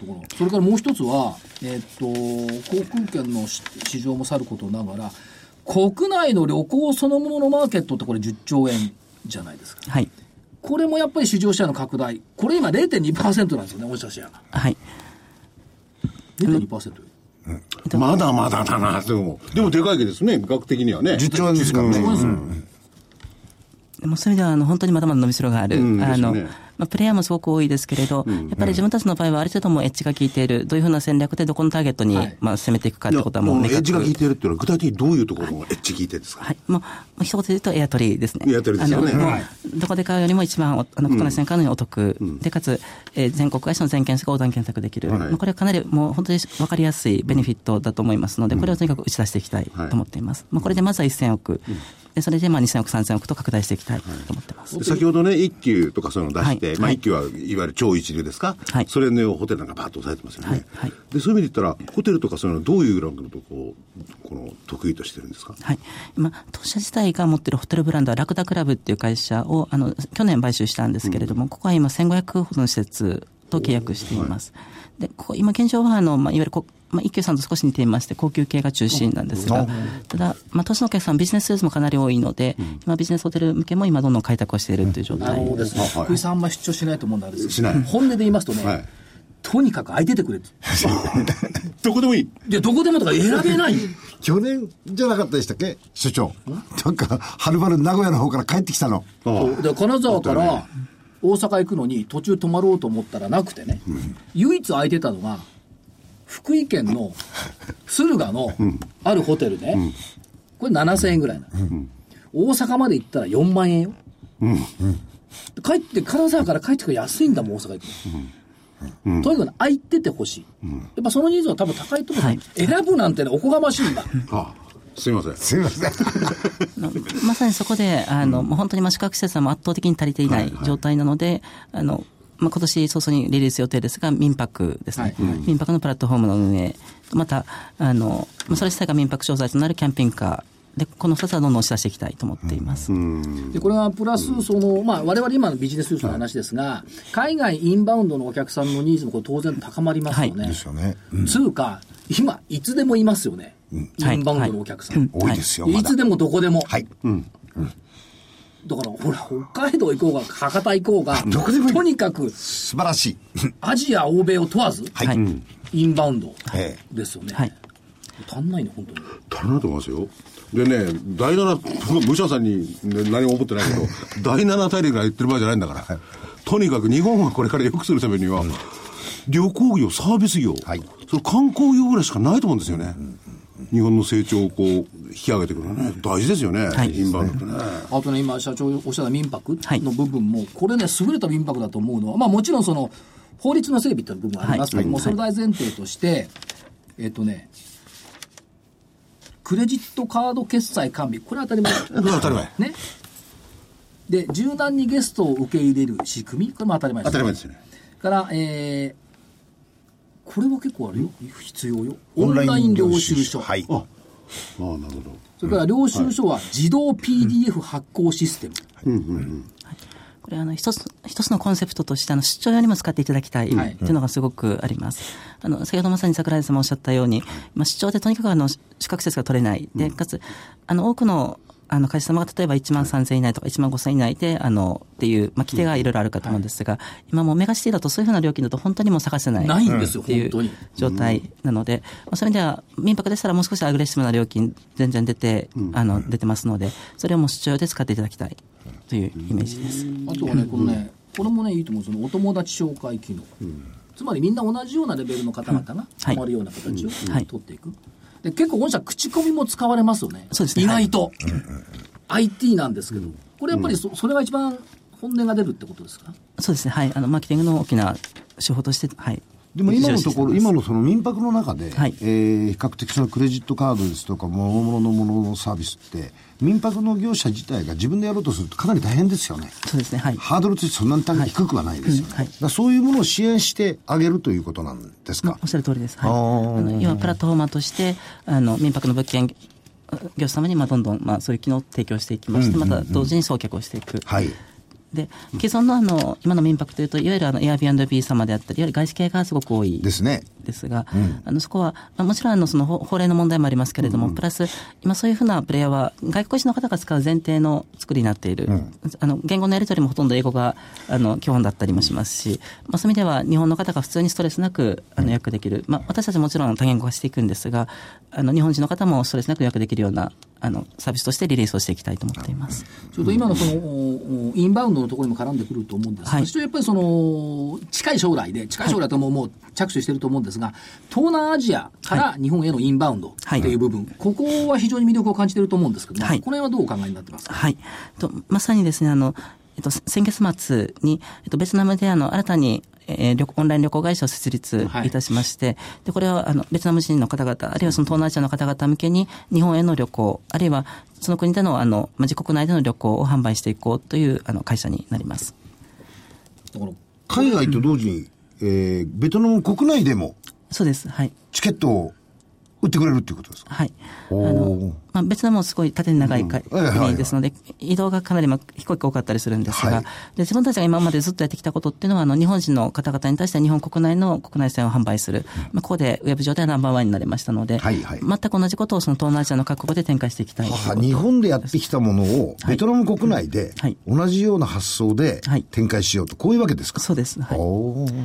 A: ところそれからもう一つは、えーっと航空券の市市場もさることながら、国内の旅行そのもののマーケットってこれ10兆円じゃないですか。
F: はい。
A: これもやっぱり市場シェアの拡大、これ今0.2%なんですよね、御社シェアが。
F: はい。
A: 0.2%。
G: まだまだだなでもでもでかいわけですね額的にはね
C: 10兆円ですからね。
F: でもそういう意味ではあの本当にまだまだ伸びしろがある、
G: うんで
F: あの
G: すよね
F: まあ、プレイヤーもすごく多いですけれど、やっぱり自分たちの場合はある程度もうエッジが効いている、どういうふうな戦略でどこのターゲットに、
A: はい
F: まあ、攻めていくか
G: い
F: って
G: や
F: ことはも
G: も
F: う
G: う
F: 明
G: エッ
F: 確
G: ジが効いてるっていうのは具体的にどういうところがエッジ効いてるんですか
F: はい、もうもう一言で言うとエアトリーですね。
G: エアトリーですよね
F: あのもう
G: はい
F: どこで買うよりも一番おあの国内線買うのにお得、でかつ、えー全国会社の全件数が横断検索できる、
G: はい
F: まあこれはかなりもう本当に分かりやすいベネフィットだと思いますので、これをとにかく打ち出していきたいと思っています。まあ、これでまずは1000億、でそれでまあ2000億、3000億と拡大していきたいと思ってます。
G: で先ほどね、一級とかそういうのを出して、
F: はい
G: まあ
F: はい
G: 一級はいわゆる超一流ですか、
F: はい
G: それのホテルなんかバーッと押さえてますよね、
F: はいはい
G: で、そういう意味で言ったら、ホテルとかそういうのはどういうランクのとこを、この、得意としてるんですか
F: はい、今、当社自体が持ってるホテルブランドは、ラクダクラブっていう会社をあの去年買収したんですけれども、ここは今、1500ほどの施設と契約しています。でここ今現状はあの、まあ、いわゆるこ、まあ、一休さんと少し似ていまして、高級系が中心なんですが、ただ、まあ、当社のお客さん、ビジネススーツもかなり多いので、今、ビジネスホテル向けも今、どんどん開拓をしているという状
A: あ
F: 態
A: のですね、
G: はい
A: 福井さんあんま出張しないと思うんであれですけど
G: しない
A: 本音で言いますとね、
G: はい
A: とにかく空いててくれと。
G: どこでもいい
A: で、どこでもとか選べない。
C: 去年じゃなかったでしたっけ所長。なんか、はるばる名古屋の方から帰ってきたの。
A: そうで金沢から大阪行くのに途中泊まろうと思ったらなくてね、唯一空いてたのが福井県の敦賀のあるホテルで、これ7000円ぐらいなの、大阪まで行ったら4万円よ、で帰って金沢から帰ってくる安いんだもん大阪行くの、とにかく空いててほしい、やっぱそのニーズは多分高いと思う、
F: はい
A: 選ぶなんてねおこがましいんだ
G: あすいません。
C: すいません。
F: あのまさにそこで、あの、もう本当にまあ宿泊施設はもう圧倒的に足りていない状態なので、あの、まあ、今年早々にリリース予定ですが、民泊ですね。民泊のプラットフォームの運営、また、あの、まあそれ自体が民泊商材となるキャンピングカーで、この2つはどんどん押し出していきたいと思っています。
A: でこれはプラス、そのまあ、我々今のビジネスユースの話ですが、海外インバウンドのお客さんのニーズもこれ当然高まりますよね。
F: はい
C: ですよね。
A: つうか、今、いつでもいますよね、インバウンドのお客さん。
F: はい
C: 多いですよ、
A: い
C: まだ
A: つ。でもどこでも、
C: はい。
A: だからほら北海道行こうが博多行こうが
C: [laughs] どこでもいい
A: とにかく
C: 素晴らしい。
A: アジア欧米を問わず、
F: はい。
A: インバウンド
C: え
A: ですよね、
F: はい。
A: 足んないね本当に
G: 足りないと思いますよ。でね、第七、僕、武者さんに、ね、何も思ってない [laughs] けど、第七大陸が言ってる場合じゃないんだから、とにかく日本はこれから良くするためには、旅行業、サービス業、その観光業ぐらいしかないと思うんですよね。日本の成長をこう、引き上げてくるのはね、大事ですよね、
F: はい
G: インバウンドってね。
A: あとね、今、社長おっしゃった民泊
F: はい
A: の部分も、これね、優れた民泊だと思うのは、まあ、もちろんその法律の整備っていう部分はありますけども、
F: はい
A: それ大前提として、えっとね、クレジットカード決済完備、これは当たり前。
G: これは当たり前。
A: ね。で、柔軟にゲストを受け入れる仕組み、これも当たり前で
G: 当
A: す。
G: たり前ですよね。
A: から、えーこれは結構あるよ、必要よ。
C: え
A: オンライン領収書。
C: はい。
G: ああ、なるほど。
A: それから領収書は自動 PDF 発行システム。
F: これあの一つ一つのコンセプトとしてあの出張用にも使っていただきたいと
A: はい
F: いうのがすごくあります、あの先ほどまさに桜井様おっしゃったように、まあ、出張でとにかくあの宿泊施設が取れないでかつあの多くのあの会社様が例えば1万3000以内とか1万5000以内であのっていう、まあ、規定がいろいろあるかと思うんですが、今もうメガシティだとそういうふうな料金だと本当にもう探せない
A: ないんですよ
F: ってい
A: 本
F: う
A: 当に
F: 状態なので、まあ、そういう意味では民泊でしたらもう少しアグレッシブな料金全然出て、あの出てますのでそれをもう出張で使っていただきたいというイメージです。
A: あとはね、このね、これもね、いいと思う、そのお友達紹介機能。つまりみんな同じようなレベルの方々が
F: はい
A: 泊まるような形を
F: んはい
A: 取っていく。で、結構本社、口コミも使われますよね。
F: そうですね
A: 意外と。IT なんですけど。これやっぱりそ、それが一番本音が出るってことですか
F: そうですね、はい、あのマーケティングの大きな手法として、はい、
C: でも今のところ、
F: 重視して
C: 今
F: ま
C: の
F: す
C: その民泊の中で、
F: はい
C: えー比較的そのクレジットカードですとか、もののもののサービスって、民泊の業者自体が自分でやろうとするとかなり大変ですよね。
F: そうですね、はい、
C: ハードルとしてそんなに高低くはないですよね。
F: はいうんはい
C: だからそういうものを支援してあげるということなんですか
F: おっ。しゃる通りです、はい、
C: あ
F: あ
C: ー
F: の今、プラットフォーマーとして、あの民泊の物件業者様にまあどんどん、まあ、そういう機能を提供していきまして、また同時に送客をしていく。
C: はい。
F: で既存のあの今の民泊というと、いわゆるあの Airbnb 様であったり、いわゆる外資系がすごく多い
C: ですね。
F: ですが、あのそこは、まあ、もちろんあのその法法令の問題もありますけれども、プラス、今、そういうふうなプレイヤーは、外国人の方が使う前提の作りになっている、あの言語のやり取りもほとんど英語があの基本だったりもしますし、まあ、そういう意味では、日本の方が普通にストレスなくあの予約できる、まあ、私たちもちろん多言語化していくんですが、あの日本人の方もストレスなく予約できるようなあのサービスとしてリリースをしていきたいと思っています。
A: ちょっと今のその、おおインバウンドのところにも絡んでくると思うんですが、
F: はい
A: 一応やっぱりその、近い将来で、近い将来とももう着手してると思うんですが、東南アジアから日本へのインバウンドっていう部分、ここは非常に魅力を感じてると思うんですけども、
F: はい
A: この辺はどうお考えになってますか
F: はい。と、まさにですね、あの、えっと、先月末に、えっと、ベトナムで、あの、新たに、えー旅オンライン旅行会社を設立いたしまして、でこれはあのベトナム人の方々、あるいはその東南アジアの方々向けに、日本への旅行、あるいはその国でのあの、まあ、自国内での旅行を販売していこうというあの会社になります。
A: だから
E: 海外と同時に、えーベトナム国内でも
F: そうです。はい。
E: チケットを売ってくれるっていうことですか
F: はい。あの、まあ、ベトナムもすごい縦に長いか
E: はいはいはい
F: 国ですので、移動がかなりまあ飛行機が多かったりするんですが、で、自分たちが今までずっとやってきたことっていうのは、あの、日本人の方々に対して日本国内の国内線を販売する。まあ、ここでウェブ上ではナンバーワンになりましたので、
E: はいはい
F: 全く同じことをその東南アジアの各国で展開していきたいというこ
E: は
F: と
E: 日本でやってきたものを、ベトナム国内で
F: はい、
E: 同じような発想で
F: はい
E: 展開しようと、こういうわけですか
F: そうです。はい。
E: おー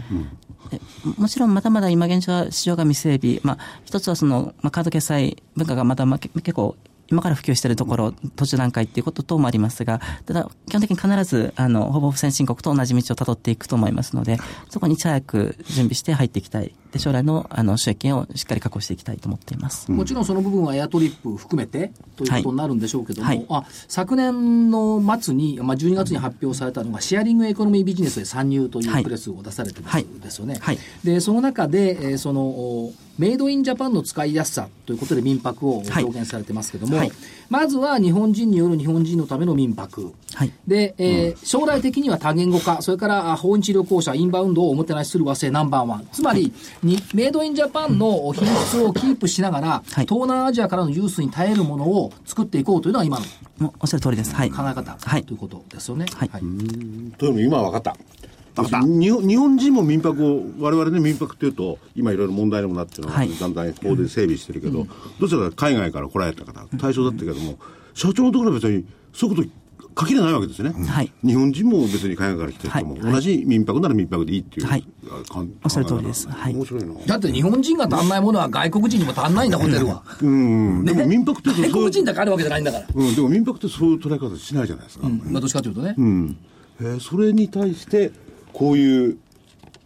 F: えもちろんまだまだ今現状は市場が未整備、まあ、一つはその、まあ、カード決済文化がまだまあけ結構今から普及しているところ、途中段階っていうこと等もありますが、ただ、基本的に必ず、あの、ほぼ先進国と同じ道をたどっていくと思いますので、そこにいち早く準備して入っていきたい。で、将来の、あの、収益をしっかり確保していきたいと思っています。
A: もちろんその部分はエアトリップ含めてということになるんでしょうけども、
F: はい
A: あ昨年の末に、まあ、12月に発表されたのが、シェアリングエコノミービジネスへ参入とい
F: は
A: う
F: い
A: プレスを出されてる
F: はい
A: んですよね。
F: はい
A: で、その中で、えーその、おメイドインジャパンの使いやすさということで民泊を
F: はい
A: 表現されてますけども、
F: はい
A: まずは日本人による日本人のための民泊。
F: はい。
A: で、えー将来的には多言語化、それからあ訪日旅行者、インバウンドをおもてなしする和製ナンバーワン。つまり、にメイドインジャパンの品質をキープしながら、
F: はい
A: 東南アジアからのユースに耐えるものを作っていこうというのが今の考
F: もうおっしゃる通りです。はい。
A: え方、
F: はい
A: ということですよね。
F: はい
G: というのも今は分かった。分かった日本日本人も民泊を我々ね民泊っていうと今いろいろ問題にもなってるのは、
F: はい
G: だんだん法で整備してるけど、どちらか海外から来られた方対象だったけども、社長のところは別にそういうこと限りないわけですね、
F: はい
G: 日本人も別に海外から来てる人も、
F: はい
G: 同じ民泊なら民泊でいいっていう、
F: はい
G: かん
F: おっしゃる通りですはい
G: 面白いな、
A: だって日本人が足んないものは外国人にも足んないんだ、ホテルは。
G: うん、でも民泊って
A: 外
G: そう
A: 国人だからあるわけじゃないんだから。
G: うん、でも民泊ってそういう捉え方しないじゃないですか、
A: まあ、どっちかというとね。
G: えーそれに対してこういう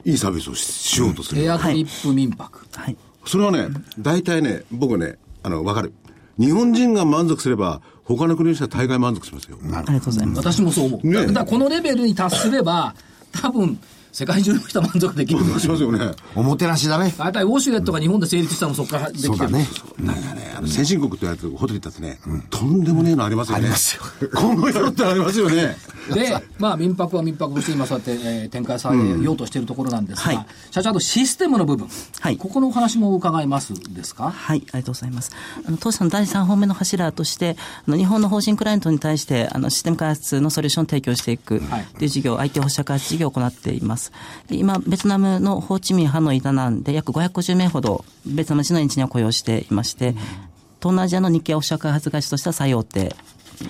G: いいサービスをししようとする、
A: エアトリップ民泊。
F: はい。
G: それはね、大体ね、僕ね、あの、わかる。日本人が満足すれば、他の国の人は大概満足しますよ。
F: ありがとうございます。
A: 私もそう思う。
G: ねえ
A: だからこのレベルに達すれば、多分、世界中の人は満足できる。
G: しますよね。
E: おもてなしだね。
A: 大体ウォシュレットが日本で成立したのもそこからできてる
E: そうだね。
G: なんかね、あの、先進国って言われてるホテルだってね、とんでもねえのありますよね。ありますよ。今後やろうってありますよ [laughs] ね。
A: で、まあ、民泊は民泊として今そうやって、えー展開されようとしているところなんですが、
F: はい
A: 社長、あとシステムの部分、
F: はい
A: ここのお話も伺いますですか、
F: はい、ありがとうございます。あの、当社の第3方面の柱として、あの、日本の法人クライアントに対して、あの、システム開発のソリューションを提供していく
A: はい
F: という事業、IT 保社開発事業を行っています。で今、ベトナムのホーチミン、ハノイ、ダナンで約550名ほど、ベトナム人のエンジニアを雇用していまして、東南アジアの日系保社開発会社としては最大手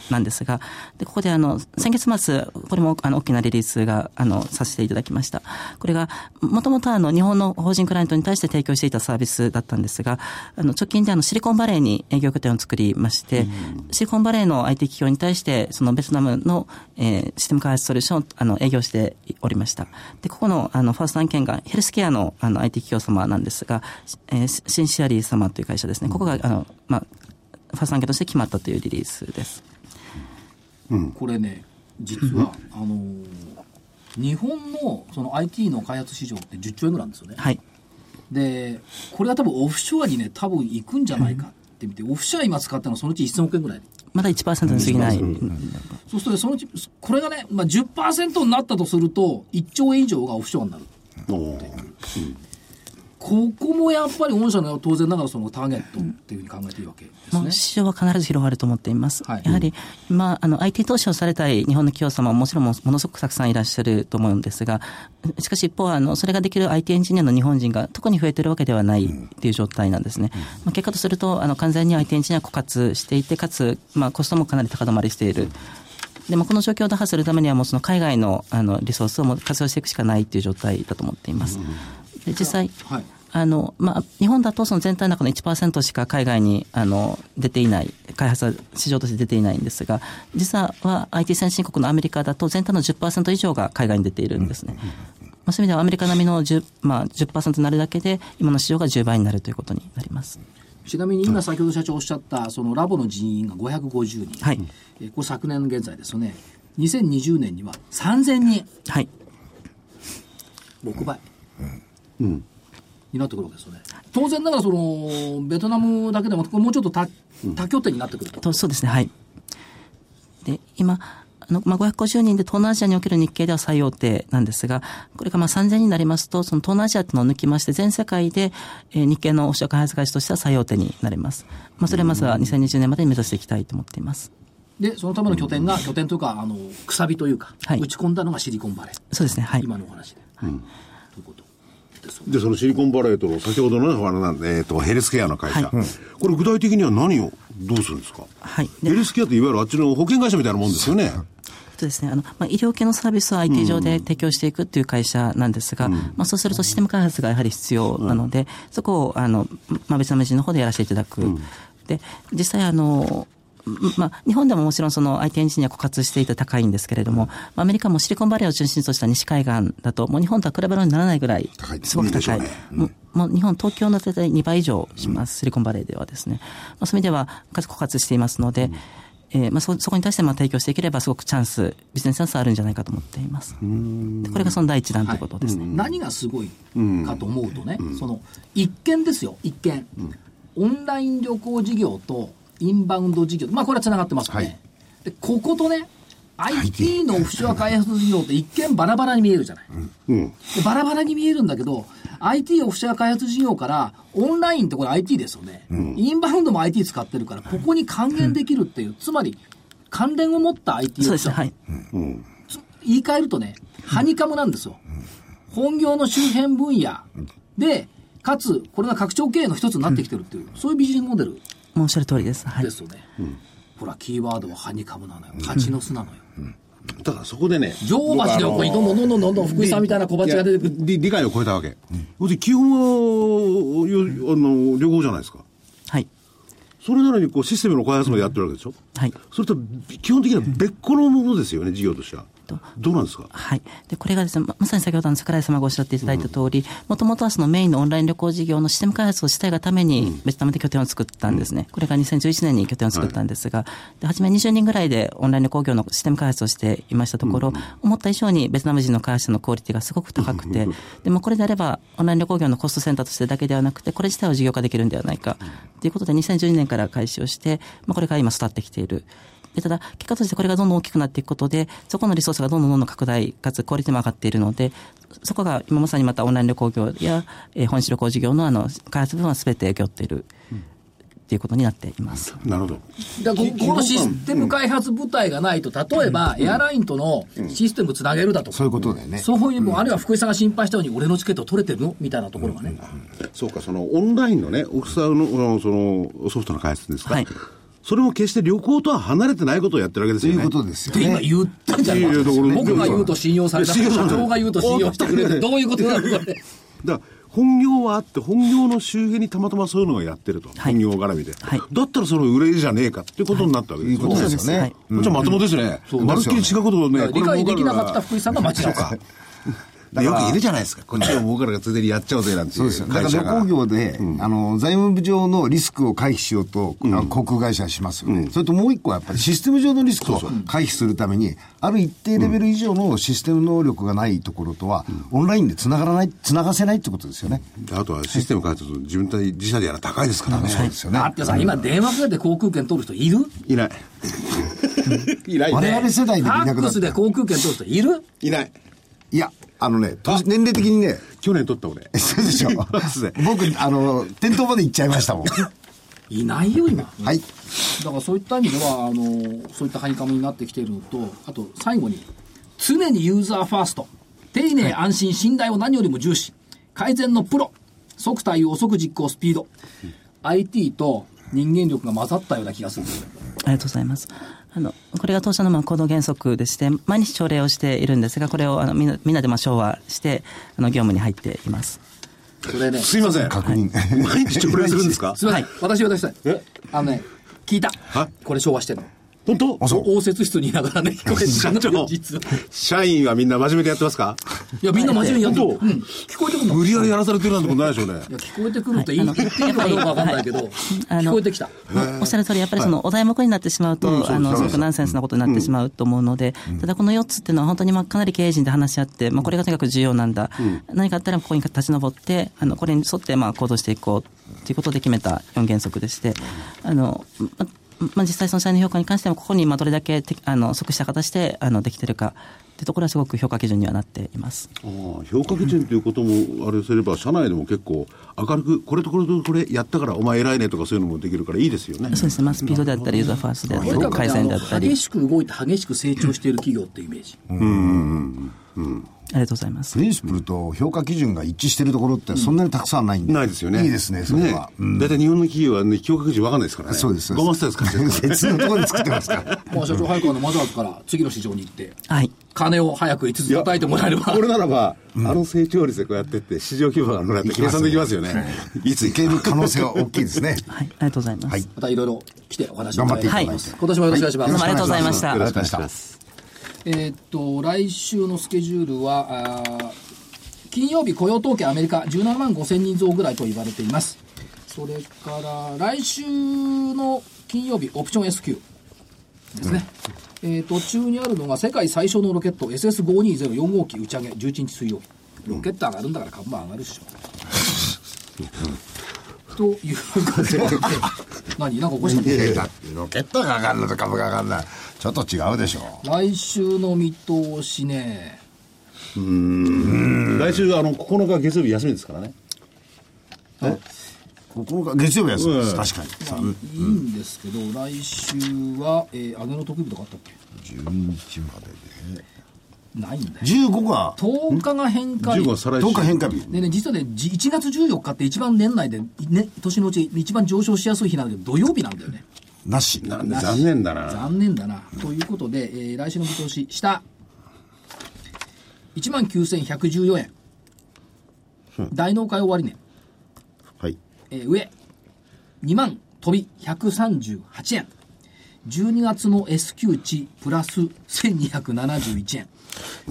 F: なんですが、で、ここであの、先月末、これもあの、大きなリリースが、あの、させていただきました。これが、もともとあの、日本の法人クライアントに対して提供していたサービスだったんですが、あの、直近であの、シリコンバレーに営業拠点を作りまして、シリコンバレーの IT 企業に対して、そのベトナムの、えーシステム開発ソリューションを、あの、営業しておりました。で、ここの、あの、ファースト案件が、ヘルスケアの、あの、IT 企業様なんですが、えーシンシアリー様という会社ですね。ここが、あの、まあ、ファースト案件として決まったというリリースです。
A: これね、実は、あのー日本のその IT の開発市場って10兆円ぐらいなんですよね。
F: はい。
A: で、これは多分オフショアにね、多分行くんじゃないかって見て、オフショア今使ったのはそのうち1000億円ぐらい。
F: まだ1%に過ぎない。
A: そうすると、そのうち、これがね、まあ、10%になったとすると、1兆円以上がオフショアになる。
G: おー
A: ここもやっぱり御社の当然ながらそのターゲットっていうふうに考えていいわけです
F: もう
A: ね。
F: 市場は必ず広がると思っています。
A: はい
F: やはり、まあ、あの、IT 投資をされたい日本の企業様ももちろんもものすごくたくさんいらっしゃると思うんですが、しかし一方は、あの、それができる IT エンジニアの日本人が特に増えてるわけではないっていう状態なんですね。まあ、結果とすると、あの、完全に IT エンジニアは枯渇していて、かつ、まあ、コストもかなり高止まりしている。でもこの状況を打破するためにはもうその海外のあのリソースをもう活用していくしかないという状態だと思っています。で実際、
A: はい
F: あの、まあ、日本だとその全体の中の1%しか海外に、あの、出ていない、開発は市場として出ていないんですが、実は IT 先進国のアメリカだと全体の10%以上が海外に出ているんですね。まあ、そういう意味ではアメリカ並みの 10%,、まあ、10%になるだけで、今の市場が10倍になるということになります。
A: ちなみに今先ほど社長おっしゃったそのラボの人員が550人、
F: はい
A: えーこれ昨年現在ですよね2020年には3000人
F: はい。
A: 6倍。になってくるわけですよね。当然ながら、その、ベトナムだけでも、これもうちょっと多多拠点になってくると。
F: とそうですね、はい。で、今、あの、まあ、550人で東南アジアにおける日系では最大手なんですが、これがまあ3000人になりますと、その東南アジアっていうのを抜きまして、全世界で、えー日系の商社開発会社としては最大手になります。まあ、それはまずは2020年までに目指していきたいと思っています。
A: で、そのための拠点が、拠点というか、あの、くさびというか、
F: はい
A: 打ち込んだのがシリコンバレー。
F: そうですね、はい。
A: 今のお話で。ということですよね
G: で、そのシリコンバレーと、先ほどのね、あのなんで、えっと、ヘルスケアの会社、これ具体的には何をどうするんですか
F: はい
G: ヘルスケアっていわゆるあっちの保険会社みたいなもんですよね。
F: そうですね。あの、まあ、医療系のサービスを IT 上で提供していくっていう会社なんですが、まあ、そうするとシステム開発がやはり必要なので、そこを、あの、まあ、ベトナム人の方でやらせていただく。で、実際あの、まあ、日本でももちろんその IT エンジニア枯渇していて高いんですけれども、まあアメリカもシリコンバレーを中心とした西海岸だと、もう日本とは比べ物にならないぐらい、すごく高い。もうもう日本、東京の大体2倍以上します、シリコンバレーではですね。まあ、そういう意味では、かつ枯渇していますので、えーまあ、そそこに対してまあ提供していければ、すごくチャンス、ビジネスチャンスあるんじゃないかと思っています。でこれがその第一弾ということですね。
A: 何がすごいかと思うとね、その一見ですよ、一見、オンライン旅行事業とインバウンド事業、まあ、これはつながってますよね、でこことね、IT のオフショア開発事業って一見バラバラに見えるじゃない、でバラバラに見えるんだけど、IT オフショア開発事業から、オンラインってこれ IT ですよね、インバウンドも IT 使ってるから、ここに還元できるっていう、つまり関連を持った IT オ
F: そう
A: フ
F: で
A: シ
F: す
A: ョ
F: ね、
A: ア
F: はい。
A: つ言い換えるとね、ハニカムなんですよ。本業の周辺分野で、かつ、これが拡張経営の一つになってきてるっていう、そういうビジネスモデル
F: もうおっしゃる通りです。はい
A: で。すよね。ほら、キーワードはハニカムなのよ。蜂の巣なのよ。
G: ただそこでね、
A: 女王蜂でこにどんどんどんどんどんどん福井さんみたいな小
G: い
A: 鉢
G: や
A: が出てくる。
G: り理解を超えたわけ。要するに基本は、よあの、旅行じゃないですか。
F: はい。
G: それなのに、こう、システムの開発までやってるわけでしょ
F: はい
G: それと、基本的には別個のものですよね、事業としては。どうなんですか
F: はい。で、これがですね、ままさに先ほどの桜井様がおっしゃっていただいた通り、もともとはそのメインのオンライン旅行事業のシステム開発をしたいがために、ベトナムで拠点を作ったんですね。これが2011年に拠点を作ったんですが、で、初め20人ぐらいでオンライン旅行業のシステム開発をしていましたところ、思った以上にベトナム人の開発者のクオリティがすごく高くて、でもうこれであれば、オンライン旅行業のコストセンターとしてだけではなくて、これ自体を事業化できるんではないか、ということで2012年から開始をして、まあ、これから今育ってきている。で、ただ、結果としてこれがどんどん大きくなっていくことで、そこのリソースがどんどんどんどん拡大、かつクオリティも上がっているので、そこが今まさにまたオンライン旅行業や、えー本市旅行事業のあの、開発部分は全て受け負っている、っていうことになっています。
G: なるほど。
A: だからここのシステム開発部隊がないと、例えばエアラインとのシステムつなげるだとか、
C: そういうことだよね。
A: そういうもう、あるいは福井さんが心配したように、俺のチケット取れてるのみたいなところがね。
G: そうか、そのオンラインのね、オフサウのあのそのソフトの開発ですか、
F: はい
G: それも決して旅行とは離れてないことをやってるわけですよね。
C: ということですよ
A: って今
C: ね。
A: 言ったじゃない
G: いやいやだから
A: 僕が言うと信用された社
G: いや信用されない
A: 長が言うと信用してくれるどういうことなのこれ
G: だから本業はあって、本業の周辺にたまたまそういうのがやってると、
F: はい
G: 本業絡みで、
F: はい
G: だったらそれ売れじゃねえかっていうことになったわけですよ、
C: はいいうことです
F: そうですはい
G: こっちはまともですね、まるっきり違うことをね、
A: 理解できなかった
G: こ
A: 福井さんが間違
G: [laughs]
A: った
G: れ儲かるからよくいるじゃないですか、こっちは儲かるからついでにやっちゃおうぜなんてい
C: そうですよ。だから
G: 会社
C: 旅
G: が
C: 行業で、あの、財務部上のリスクを回避しようと、あの航空会社はしますよね。それともう一個はやっぱりシステム上のリスクを回避するために、ある一定レベル以上のシステム能力がないところとは、オンラインで繋がらない、繋がせないってことですよね。
G: あとはシステム開発すると自分たち自社でやるの高いですからね。
C: そうですよね
A: だ。ってさ今電話かけて航空券取る人いる
G: いない。 [laughs] いない
C: 我
G: ね。
C: 々世代で
A: フ
C: 見
A: ァ
C: なくな
A: ック
C: っ
A: スで
C: た。
A: 航空券取る人いる
G: いない。
C: いや、あのね、年年齢的に [laughs] ね、
G: 去年取った俺。
C: そうでしょ。僕、あの、店頭まで行っちゃいましたもん。
A: いないよ今
C: はい。
A: だからそういった意味ではあのそういったハニカムになってきているのとあと最後に常にユーザーファースト丁寧安心信頼を何よりも重視改善のプロ即対応即実行スピード、IT と人間力が混ざったような気がするんですよ
F: ありがとうございます。あの、これが当社のまあ行動原則でして、毎日朝礼をしているんですが、これをあのみんなみんなでまあ昭和して、あの、業務に入っています。
A: それね
G: [laughs] すいません。
C: 確認。
G: [laughs] 毎日朝礼するんですか
A: すみません、私私私あのね聞いた
G: は
A: これ昭和してるの
G: 本当 [laughs]
A: 応接室にいながらね聞こえて
G: 社
A: たの
G: 長
A: 実は
G: 社員はみんな真面目でやってますか
A: いや、みんな真面目にやってる。
G: 本当
A: うん聞こえてくるの
G: 無理やりやらされてるなんてことないでしょうね
A: い。や、聞こえてくるといい、言っていいのかどうかわかんないけど、
F: あ
A: 聞
F: の
A: こえてきた。
F: まあおっしゃる通り、やっぱりそのお題目になってしまうと、あのすごくナンセンスなことになってしまうと思うので、ただこの4つっていうのは、本当にまあかなり経営陣で話し合って、まあ、これがとにかく重要なんだ、何かあったらここに立ち上って、あのこれに沿ってまあ行動していこうということで決めた4原則でして、あのままあ、実際、その社員の評価に関しても、ここにまあどれだけてあの即した形であのできてるかというところは、すごく評価基準にはなっています。
G: ああ評価基準ということもあれすれば、社内でも結構明るく、これとこれとこれやったからお前偉いねとかそういうのもできるからいいですよね。
F: そうですね、まあ、スピードであったり、ユーザーファーストであった
A: とにか
F: り、
A: く
F: 改善であっ
A: あ
F: た
A: の
F: り、
A: 激しく動いて激しく成長している企業ってイメージ。
F: ありがとうございます
C: プ。リンシプルと評価基準が一致してるところってそんなにたくさんないんで、
G: ないですよね。
C: いいですねそれは、うん
G: 大体日本の企業はね、評価基準わかんないですからね。
C: そうですそうです
G: ごまスター使ってるからね
C: 別のところで作ってますから
A: まあ、社長早川のマザーズから次の市場に行って、
F: はい
A: 金を早く5つ叩いてもらえれば、
G: [laughs] これならば、あの成長率でこうやってって、市場規模が乗らって計算できますよね。
C: いついける可能性は大きいですね
F: はい、ありがとうございます。
C: はい
A: またいろいろ来てお話を伺いたいと思います。
F: 頑張
A: 今
F: っていただいて
A: 年もよろし [laughs] くお願いします。
F: どうもありがとうございました
G: よろしくお願いします。
A: えーっと、来週のスケジュールは、あー金曜日雇用統計アメリカ17万5000人増ぐらいと言われています。それから、来週の金曜日、オプション S q ですね。えー途中にあるのが、世界最小のロケット SS5204 号機打ち上げ、11日水曜日。ロケット上がるんだから株も上がるでしょ。ということで、
C: [laughs]
A: 何なんか起こしたの
C: いやいやだってロケットが上がるのと株が上がるのはちょっと違うでしょ
A: 来週の見通しね。
G: 来週、あの、9日月曜日休みですからね。
C: ここが月曜日休みです、
G: うん
C: 確かにさ
A: いいんですけど、来週は、えー、上げの特技とかあったっけ
C: 12日まで
A: ないんだよ。
C: で15が
A: 10日が変化
G: 15
A: 日
G: は。再来週。
C: 10日変化日
A: でね、実はね、じ1月14日って一番年内で、ね、年のうち一番上昇しやすい日なんだけど、土曜日なんだよね。
C: なし
G: なんで残念だな。
A: 残念だな。ということで、えー来週の見通し、下。19,114円。大納会終わりね。
E: はい
A: えー上2万飛び138円12月の S q 値プラス1271円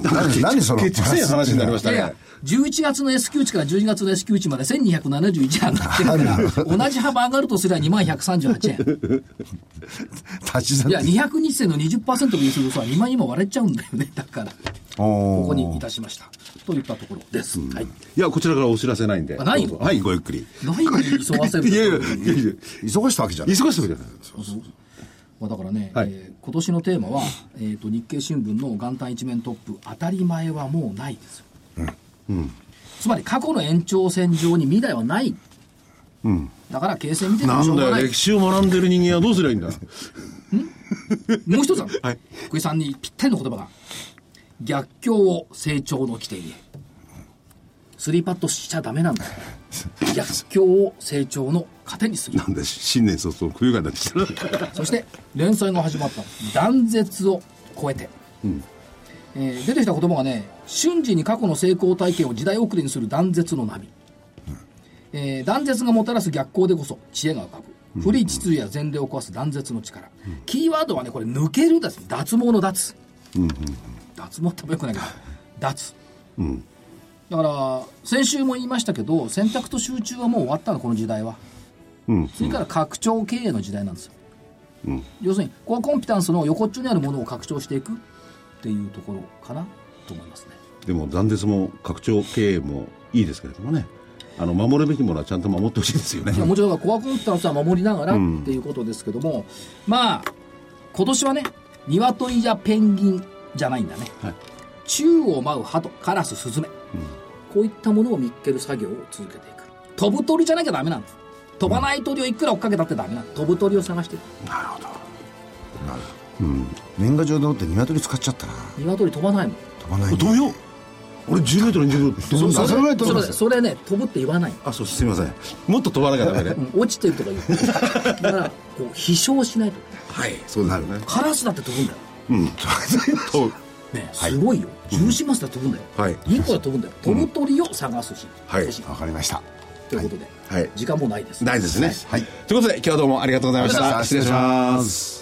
C: 何何その
G: ケチくせえ話になりました
A: いやい
G: ね
A: や。11月の S q 値から12月の S q 値まで1271円上がってるから同じ幅上がるとすれば2万138円
C: [laughs] 足し算
A: いや200日線の20%にするとさ2万今割れちゃうんだよねだからここにいたしましたといったところです、はい
G: いや、こちらからお知らせないんで。
A: あない
G: どうぞはい、ごゆっくり。
A: 何に急がせる
G: いやいや、いやいや
C: 忙したわけじゃない
G: 忙しくてください。
A: まあ、だからね、
G: はい
A: えー今年のテーマは、えー、と日経新聞の元旦一面トップ「当たり前はもうない」ですよ、つまり過去の延長線上に未来はない、だから形勢見てて
G: な
A: もしょ
G: ん
A: うが
G: だよ、
A: ない
G: 歴史を学んでる人間はどうすりゃいいんだ。
A: もう一つある、
G: はい
A: 福井さんにぴったりの言葉が「逆境を成長の起点へ」スリーパットしちゃダメなんだよ逆境を成長の糧にする
G: なんだ、新年早々、冬がなってきたな。
A: [laughs]
G: [laughs]
A: そして連載が始まった「断絶を超えて」えー出てきた言葉がね瞬時に過去の成功体験を時代遅れにする断絶の波、えー断絶がもたらす逆行でこそ知恵が浮かぶ古い秩序や前例を壊す断絶の力、キーワードはねこれ抜けるです脱毛の脱、脱毛ってもよくないけど脱、だから先週も言いましたけど選択と集中はもう終わったのこの時代は、次から拡張経営の時代なんですよ要するにコアコンピタンスの横っちょにあるものを拡張していくっていうところかなと思いますね
G: でも、断絶も拡張経営もいいですけれどもね。あの、守るべきものはちゃんと守ってほしいですよね
A: い。やもちろんだからコアコンピタンスは守りながらっていうことですけども、まあ今年はね鶏やペンギンじゃないんだね、
G: はい
A: 宙を舞う鳩カラススズメ、こういったものを見っける作業を続けていく飛ぶ鳥じゃなきゃダメなんです飛ばない鳥をいくら追っかけたってダメなんです飛ぶ鳥を探してる
C: 年賀状でもって鶏使っちゃったな
A: 鶏飛ばないもん
C: 飛ばない
G: どうよ俺10メートル20メートル。
C: そそれぐらい飛
A: そ
C: ぶん
A: れ
C: ですよ
A: それね飛ぶって言わない
G: あ、そう、すみません。もっと飛ばなきゃダメね。
A: 落ちてるとか言うだからこう飛翔しないと
G: はい、そうなるね。
A: カラスだって飛ぶんだよ
G: [laughs] 飛ぶ
A: ねえすごいよ、ジューシマスだって飛ぶんだよ、
G: はい
A: インコだって飛ぶんだよ飛ぶ鳥を探すし、
G: はい
A: 欲し
C: わかりました
A: ということで、
G: はい
A: 時間もないです
G: 大事ですね。はい。ということで、今日はどうもありがとうございま
C: あ
G: し
C: りがとう
G: た。
C: ございました
G: 失礼します。